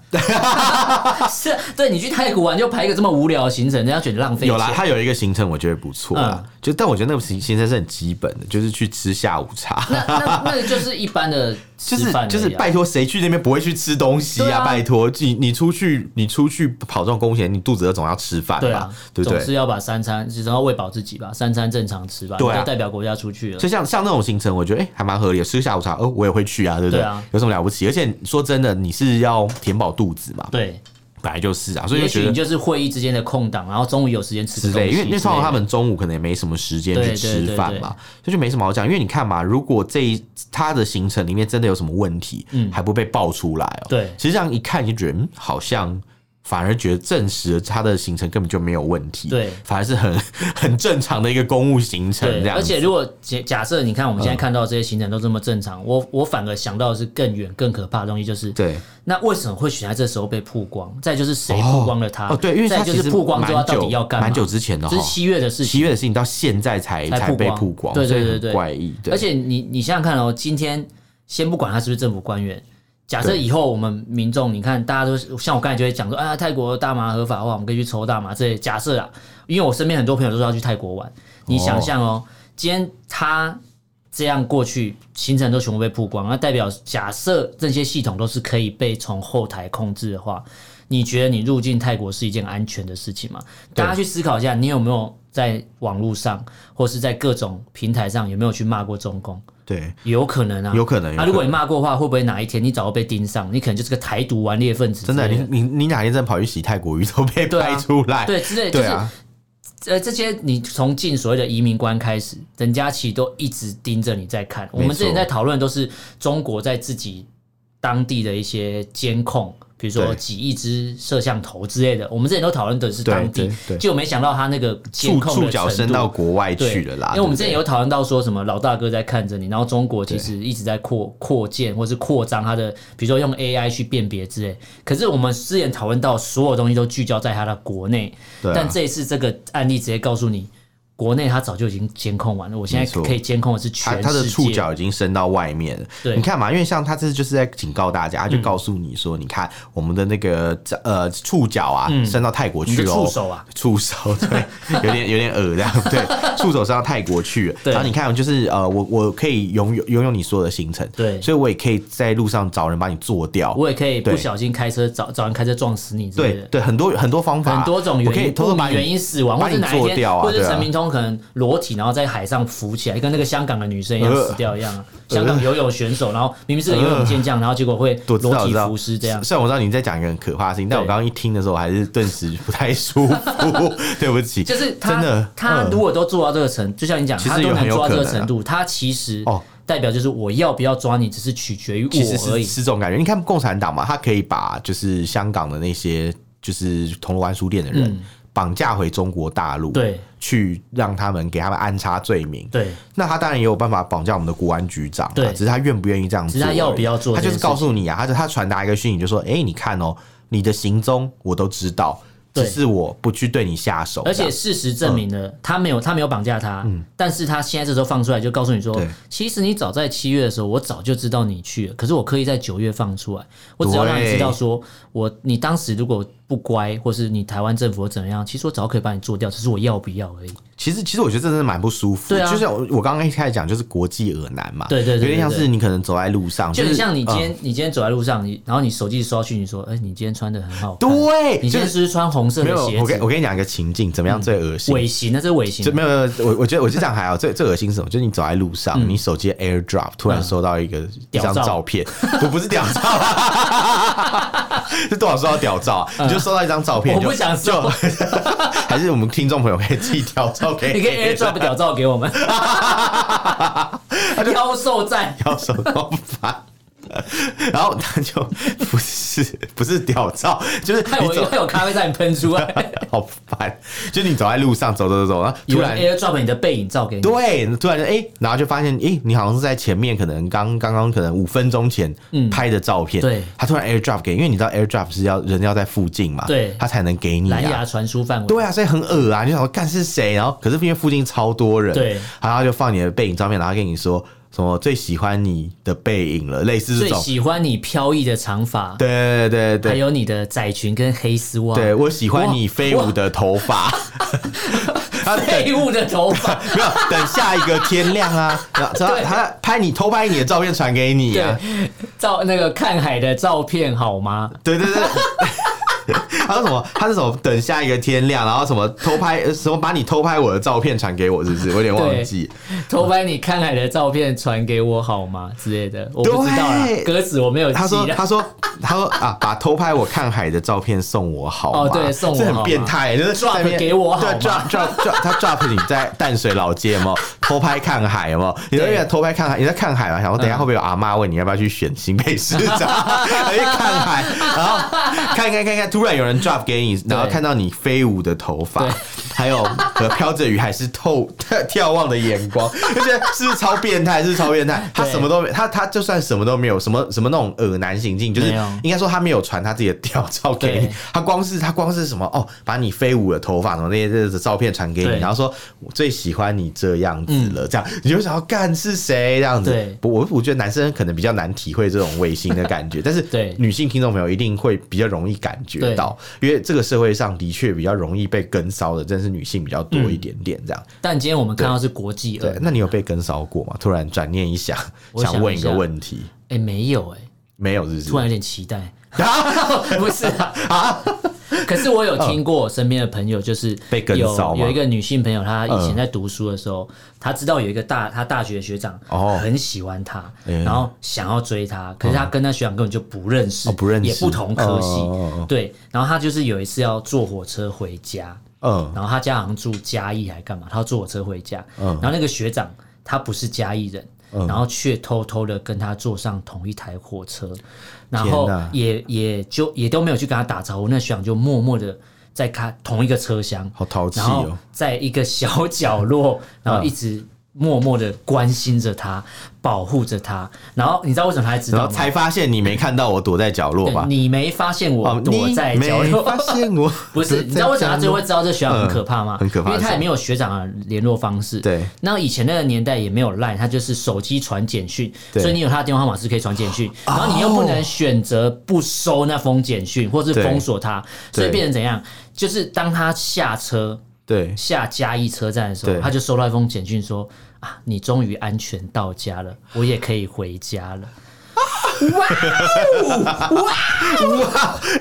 Speaker 2: 是啊，对你去泰国玩就排一个这么无聊的行程，人家觉得浪费
Speaker 1: 有啦，
Speaker 2: 钱。
Speaker 1: 他有一个行程我觉得不错
Speaker 2: 嗯
Speaker 1: 啦，就但我觉得那个行行程是很基本的，就是去吃下午茶。
Speaker 2: 那 那那就是一般的
Speaker 1: 就
Speaker 2: 吃
Speaker 1: 是
Speaker 2: 饭而已啊，
Speaker 1: 就是拜托，谁去那边不会去吃东西
Speaker 2: 对
Speaker 1: 啊？
Speaker 2: 啊
Speaker 1: 拜托，你你出去你出去跑这种风险，你肚子饿总要吃饭
Speaker 2: 对
Speaker 1: 吧
Speaker 2: 啊，，
Speaker 1: 对不
Speaker 2: 总
Speaker 1: 对？
Speaker 2: 是要把三餐，只要喂饱自己吧，三餐正常吃吧，
Speaker 1: 对啊
Speaker 2: 你都代表国家出去了
Speaker 1: 所。以像像那种行程，我觉得哎、诶还蛮合理的，吃下午茶，哦、我也会去啊，对不对？
Speaker 2: 对啊
Speaker 1: 有什么了不起？而且说真的，你是要填饱肚子嘛，
Speaker 2: 对，
Speaker 1: 本来就是啊，所以
Speaker 2: 也
Speaker 1: 就觉
Speaker 2: 许
Speaker 1: 得
Speaker 2: 你就是会议之间的空档，然后中午有时间吃
Speaker 1: 之
Speaker 2: 个东
Speaker 1: 类，
Speaker 2: 西
Speaker 1: 因为因为
Speaker 2: 之类
Speaker 1: 通常
Speaker 2: 的
Speaker 1: 他们中午可能也没什么时间
Speaker 2: 对
Speaker 1: 去
Speaker 2: 对
Speaker 1: 吃
Speaker 2: 对
Speaker 1: 饭
Speaker 2: 对
Speaker 1: 嘛，所以就没什么好讲。因为你看嘛，如果这一他的行程里面真的有什么问题，还不被爆出来哦，
Speaker 2: 嗯对
Speaker 1: 其实这样一看就觉得、嗯、好像。反而觉得证实了他的行程根本就没有问题，
Speaker 2: 对
Speaker 1: 反而是很 很正常的一个公务行程这
Speaker 2: 对，
Speaker 1: 样子。
Speaker 2: 而且如果假假设你看我们现在看到这些行程都这么正常，
Speaker 1: 嗯
Speaker 2: 我我反而想到的是更远更可怕的东西，就是
Speaker 1: 对
Speaker 2: 那为什么会选在这时候被曝光？再就是谁曝光了他？
Speaker 1: 哦，对，因为
Speaker 2: 啊再
Speaker 1: 他
Speaker 2: 就
Speaker 1: 其
Speaker 2: 是
Speaker 1: 实
Speaker 2: 曝光之后
Speaker 1: 蛮
Speaker 2: 他
Speaker 1: 久
Speaker 2: 到底要干嘛？
Speaker 1: 蛮久之前的
Speaker 2: 这
Speaker 1: 哈
Speaker 2: 是，七月的事情啊
Speaker 1: 七。月的事情到现在才
Speaker 2: 才
Speaker 1: 才
Speaker 2: 曝
Speaker 1: 被
Speaker 2: 光
Speaker 1: 曝光，
Speaker 2: 对对
Speaker 1: 所以
Speaker 2: 对
Speaker 1: 很
Speaker 2: 对
Speaker 1: 怪异。对
Speaker 2: 而且你你想想看哦，今天先不管他是不是政府官员，假设
Speaker 1: 对
Speaker 2: 以后我们民众，你看大家都是像我刚才就会讲说，啊，泰国大麻合法化，我们可以去抽大麻这些。假设啊，因为我身边很多朋友都说要去泰国玩，你想象哦，今天他。这样过去，行程都全部被曝光，那代表假设这些系统都是可以被从后台控制的话，你觉得你入境泰国是一件安全的事情吗？
Speaker 1: 对
Speaker 2: 大家去思考一下，你有没有在网络上或是在各种平台上有没有去骂过中共？
Speaker 1: 对，
Speaker 2: 有可能啊，
Speaker 1: 有可能有可
Speaker 2: 啊，
Speaker 1: 能
Speaker 2: 如果你骂过的话，会不会哪一天你早就被盯上？你可能就是个台独顽劣分子之
Speaker 1: 真的，
Speaker 2: 类，
Speaker 1: 你你你哪天真的跑去洗泰国鱼都被
Speaker 2: 对啊
Speaker 1: 拍出来，
Speaker 2: 对之类，就
Speaker 1: 对
Speaker 2: 是
Speaker 1: 啊，
Speaker 2: 呃，这些你从进所谓的移民官开始，人家其实都一直盯着你在看。我们之前在讨论都是中国在自己当地的一些监控，比如说
Speaker 1: 对
Speaker 2: 几亿只摄像头之类的。我们之前都讨论的是
Speaker 1: 对
Speaker 2: 当地
Speaker 1: 对，对
Speaker 2: 结果没想到他那个监
Speaker 1: 触
Speaker 2: 控
Speaker 1: 触
Speaker 2: 的
Speaker 1: 角
Speaker 2: 程
Speaker 1: 伸
Speaker 2: 度
Speaker 1: 到国外
Speaker 2: 对
Speaker 1: 去了啦。
Speaker 2: 因为我们之前
Speaker 1: 对
Speaker 2: 有讨论到说什么老大哥在看着你，然后中国其实一直在扩扩建或是扩张它的，比如说用 AI 去辨别之类。可是我们之前讨论到所有东西都聚焦在它的国内，
Speaker 1: 对啊
Speaker 2: 但这一次这个案例直接告诉你，国内它早就已经监控完了，我现
Speaker 1: 没
Speaker 2: 在
Speaker 1: 错
Speaker 2: 可以监控的是
Speaker 1: 他
Speaker 2: 全
Speaker 1: 他的
Speaker 2: 世
Speaker 1: 触
Speaker 2: 界。
Speaker 1: 角已经伸到外面了。
Speaker 2: 对嗯
Speaker 1: 你看嘛，因为像他这次就是在警告大家，他就告诉你说，你看我们的那个呃触角啊，伸到泰国
Speaker 2: 嗯你
Speaker 1: 去哦了。
Speaker 2: 的触手啊，
Speaker 1: 触手，对， 有点有点恶这样，对，触手是到泰国去了。
Speaker 2: 对
Speaker 1: 然后你看，就是呃，我我可以拥有拥有你所有的行程，
Speaker 2: 对
Speaker 1: 所以我也可以在路上找人把你做掉。
Speaker 2: 我也可以不
Speaker 1: 对
Speaker 2: 小心开车找找人开车撞死你之类
Speaker 1: 哦对
Speaker 2: 的。
Speaker 1: 对，很多很多方法，
Speaker 2: 很多种
Speaker 1: 我可
Speaker 2: 原
Speaker 1: 以
Speaker 2: 因，
Speaker 1: 偷
Speaker 2: 不
Speaker 1: 偷把
Speaker 2: 明
Speaker 1: 你
Speaker 2: 原因死亡，或
Speaker 1: 把
Speaker 2: 者
Speaker 1: 你
Speaker 2: 哪一
Speaker 1: 做
Speaker 2: 天，
Speaker 1: 掉啊，
Speaker 2: 或者
Speaker 1: 对啊
Speaker 2: 陈明通可能裸体，然后在海上浮起来，跟那个香港的女生一样
Speaker 1: 呃
Speaker 2: 死掉一样啊。香港游泳选手，然后明明是个游泳健将，然后结果会
Speaker 1: 呃我知道
Speaker 2: 裸体
Speaker 1: 知道
Speaker 2: 浮尸这样。
Speaker 1: 虽然我知道你在讲一个很可怕的事情，但我
Speaker 2: 对
Speaker 1: 刚刚一听的时候，我还是顿时不太 舒服。对不起，
Speaker 2: 就是
Speaker 1: 真
Speaker 2: 他
Speaker 1: 的，
Speaker 2: 他
Speaker 1: 嗯
Speaker 2: 如果都做到这个程，就像你讲，
Speaker 1: 其实
Speaker 2: 他都
Speaker 1: 有很
Speaker 2: 能
Speaker 1: 有
Speaker 2: 做到这个
Speaker 1: 可能啊
Speaker 2: 程度，他其实
Speaker 1: 哦
Speaker 2: 代表就是我要不要抓你，只是取决于
Speaker 1: 其实
Speaker 2: 我而
Speaker 1: 是
Speaker 2: 已。
Speaker 1: 是这种感觉。你看共产党嘛，他可以把就是香港的那些就是铜锣湾书店的人
Speaker 2: 嗯
Speaker 1: 绑架回中国大陆，
Speaker 2: 对，
Speaker 1: 去让他们给他们安插罪名。
Speaker 2: 对，
Speaker 1: 那他当然也有办法绑架我们的国安局长嘛，啊
Speaker 2: 对
Speaker 1: 只是他愿不愿意这样做，
Speaker 2: 只是他要不要做
Speaker 1: 他就是
Speaker 2: 这件事情
Speaker 1: 告诉你啊，他就他传达一个讯息，就说，哎、你看哦，你的行踪我都知道，
Speaker 2: 对
Speaker 1: 只是我不去对你下手，
Speaker 2: 而
Speaker 1: 这
Speaker 2: 且
Speaker 1: 样
Speaker 2: 事实证明
Speaker 1: 嗯
Speaker 2: 了，他没有他没有绑架他，但是他现在这时候放出来，就告诉你说
Speaker 1: 对，
Speaker 2: 其实你早在七月的时候，我早就知道你去了，可是我刻意在九月放出来，我只要让你知道说，我你当时如果不乖，或是你台湾政府怎么样，其实我早可以把你做掉，只是我要不要而已。
Speaker 1: 其实，其实我觉得这真的蛮不舒服。
Speaker 2: 对啊
Speaker 1: 就像我我刚刚一开始讲，就是国际耳难嘛。
Speaker 2: 对对对对
Speaker 1: 有点像
Speaker 2: 对
Speaker 1: 是你可能走在路上，
Speaker 2: 就很
Speaker 1: 是
Speaker 2: 像你
Speaker 1: 嗯
Speaker 2: 今天你今天走在路上，你然后你手机收到讯息说，哎，你今天穿的很好看，
Speaker 1: 对，
Speaker 2: 你今
Speaker 1: 就
Speaker 2: 天
Speaker 1: 是
Speaker 2: 是不是穿红色
Speaker 1: 没
Speaker 2: 的
Speaker 1: 有。
Speaker 2: 鞋
Speaker 1: 我跟我
Speaker 2: 子？嗯
Speaker 1: 跟你讲一个情境，怎么样最恶心？
Speaker 2: 尾行那这是尾行
Speaker 1: 就，没有没有，我我觉得我就这样还好。最最恶心是什么？就是你走在路上，你手机的 AirDrop 突然收到一个一
Speaker 2: 嗯屌
Speaker 1: 张
Speaker 2: 照
Speaker 1: 照片，不不是屌照啊， 是多少收到屌照啊？你就收到一张照片，
Speaker 2: 嗯我
Speaker 1: 你就
Speaker 2: 不想
Speaker 1: 就，
Speaker 2: 说
Speaker 1: 还是我们听众朋友可以寄屌照给
Speaker 2: 你可以 AirDrop 屌照给 我们，妖兽战。
Speaker 1: 要手动法。然后他就不是不是屌照，就是
Speaker 2: 害
Speaker 1: 你
Speaker 2: 我
Speaker 1: 走
Speaker 2: 害我咖啡在你喷出 来，
Speaker 1: 好烦，就是你走在路上走走走走，然后
Speaker 2: 有
Speaker 1: 突
Speaker 2: 人
Speaker 1: 然
Speaker 2: AirDrop 你的背影照给你，
Speaker 1: 对，突然就哎、然后就发现哎、你好像是在前面，可能刚刚刚可能五分钟前拍的照片，
Speaker 2: 对
Speaker 1: 他突然 AirDrop 给你，因为你知道 AirDrop 是要人要在附近嘛，
Speaker 2: 对
Speaker 1: 他才能给你
Speaker 2: 蓝
Speaker 1: 啊。
Speaker 2: 牙传输范围。
Speaker 1: 对啊，所以很恶啊！你就想说干是谁？然后可是因为附近超多人，
Speaker 2: 对
Speaker 1: 然后他就放你的背影照片，然后跟你说什么最喜欢你的背影了，类似这
Speaker 2: 最
Speaker 1: 种。
Speaker 2: 喜欢你飘逸的长发，
Speaker 1: 对对对
Speaker 2: 还
Speaker 1: 对
Speaker 2: 有你的窄裙跟黑丝袜，
Speaker 1: 对，我喜欢你飞舞的头 发。 他等
Speaker 2: 废物的头 发。
Speaker 1: 没有等下一个天亮啊，然后他
Speaker 2: 对
Speaker 1: 他拍你偷拍你的照片传给你啊，
Speaker 2: 对，照那个看海的照片好吗？
Speaker 1: 对对对。 他说什么？他是什么？等下一个天亮，然后什么偷拍？呃什么把你偷拍我的照片传给我，是不是？我有点忘记。
Speaker 2: 偷拍你看海的照片传给我好吗？之类的，我不知道啦
Speaker 1: 对，
Speaker 2: 歌词我没有
Speaker 1: 他
Speaker 2: 记
Speaker 1: 说，
Speaker 2: 啦。
Speaker 1: 他说，他说啊，把偷拍我看海的照片送我好吗？
Speaker 2: 哦对送我
Speaker 1: 这
Speaker 2: 好
Speaker 1: 很
Speaker 2: 吗
Speaker 1: 变态，就是在那边
Speaker 2: Drop 给我好
Speaker 1: 对
Speaker 2: 吗
Speaker 1: ，drop drop drop，他 drop 你在淡水老街有没有偷拍看海 有没有？你在那边偷拍看海，你在看海嘛？想说等一下会不会有阿妈问你要不要去选新北市长？ 哎，看海，然后看看看看，突然有人 drop 给你，然后
Speaker 2: 对
Speaker 1: 看到你飞舞的头发
Speaker 2: 对，
Speaker 1: 还有和飘着雨还是透 眺望的眼光，就觉得是不是超变态？是不是超变态？他
Speaker 2: 对
Speaker 1: 什么都没，他他就算什么都没有，什么什么那种恶男行径，就是
Speaker 2: 没有
Speaker 1: 应该说他没有传他自己的屌照给你
Speaker 2: 对，
Speaker 1: 他光是他光是什么哦，把你飞舞的头发什么那些这照片传给你，
Speaker 2: 对嗯
Speaker 1: 然后说我最喜欢你这样子了，这样你就想要干是谁这样子？
Speaker 2: 对
Speaker 1: 不我我觉得男生可能比较难体会这种违心的感觉，但是
Speaker 2: 对
Speaker 1: 女性听众朋友一定会比较容易感觉到，因为这个社会上的确比较容易被跟骚的，真是女性比较多一点点这样。
Speaker 2: 但今天我们看到是国际
Speaker 1: 对
Speaker 2: 二，，
Speaker 1: 那你有被跟骚过吗？突然转念一想，
Speaker 2: 我想一下
Speaker 1: 问一个问题，
Speaker 2: 哎，没有哎，
Speaker 1: 没有是不是？
Speaker 2: 突然有点期待。 不是啊，可是我有听过我身边的朋友，就是
Speaker 1: 被跟
Speaker 2: 有
Speaker 1: 骚吗嗯
Speaker 2: 有一个女性朋友，她以前在读书的时候，她知道有一个大她大学学长
Speaker 1: 哦
Speaker 2: 很喜欢她，
Speaker 1: 嗯
Speaker 2: 然后想要追她，可是她跟那学长根本就不认识，
Speaker 1: 哦不认识
Speaker 2: 也不同科系，
Speaker 1: 哦哦哦哦
Speaker 2: 对。然后她就是有一次要坐火车回家，
Speaker 1: 嗯，
Speaker 2: 然后她家好像住嘉义还干嘛，她要坐火车回家，然后那个学长他不是嘉义人，
Speaker 1: 嗯
Speaker 2: 然后却偷偷的跟他坐上同一台火车，然
Speaker 1: 天
Speaker 2: 后
Speaker 1: 哪
Speaker 2: 也也就也都没有去跟他打招呼，那学长就默默的在他同一个车厢，
Speaker 1: 好淘气
Speaker 2: 然后
Speaker 1: 哦，嗯
Speaker 2: 在一个小角落，然后一直默默的关心着他，保护着他。然后你知道为什么他还知
Speaker 1: 然
Speaker 2: 道
Speaker 1: 后
Speaker 2: 吗？
Speaker 1: 才发现你没看到我躲在角落吧
Speaker 2: 对？你没发现我
Speaker 1: 哦，
Speaker 2: 躲在
Speaker 1: 你
Speaker 2: 角
Speaker 1: 没
Speaker 2: 落，
Speaker 1: 发现 我
Speaker 2: 不是？你知道为什么他最后会知道这学长很可怕吗？
Speaker 1: 嗯很可怕
Speaker 2: 因为他
Speaker 1: 是什
Speaker 2: 也
Speaker 1: 么
Speaker 2: 没有学长的联络方式。
Speaker 1: 对。
Speaker 2: 那以前那个年代也没有 Line，他就是手机传简讯，
Speaker 1: 对哦
Speaker 2: 所以你有他的电话号码是可以传简讯，然后你又不能选择不收那封简讯，或是
Speaker 1: 对
Speaker 2: 封锁他，所以
Speaker 1: 对
Speaker 2: 变成怎样？就是当他下车，
Speaker 1: 对
Speaker 2: 下嘉义车站的时候，
Speaker 1: 对
Speaker 2: 他就收到一封简讯说：“啊，你终于安全到家了，我也可以回家了。
Speaker 1: 哇，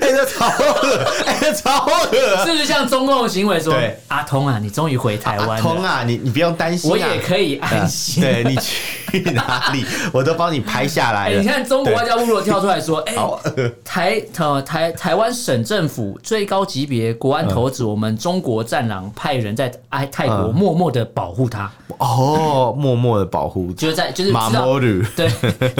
Speaker 1: 哎、这超恶，哎、这超”恶。
Speaker 2: 是不是像中共的行为说
Speaker 1: 对：“
Speaker 2: 阿通啊，你终于回台湾
Speaker 1: 阿
Speaker 2: 了，
Speaker 1: 通啊，你你不用担心、啊，
Speaker 2: 我也可以安心。
Speaker 1: 对你去哪 里，我都帮你拍下来
Speaker 2: 哎
Speaker 1: 了。
Speaker 2: 你看，中国外交部如果跳出 来说：“哎、
Speaker 1: 好恶
Speaker 2: 台台台台湾省政府最高级别国安头子，我们中国战狼派人在哎泰国
Speaker 1: 嗯
Speaker 2: 默默的保护他，
Speaker 1: 哦，默默的保护
Speaker 2: 就是在就是
Speaker 1: 马嗯
Speaker 2: 知 道
Speaker 1: 莫鲁，
Speaker 2: 对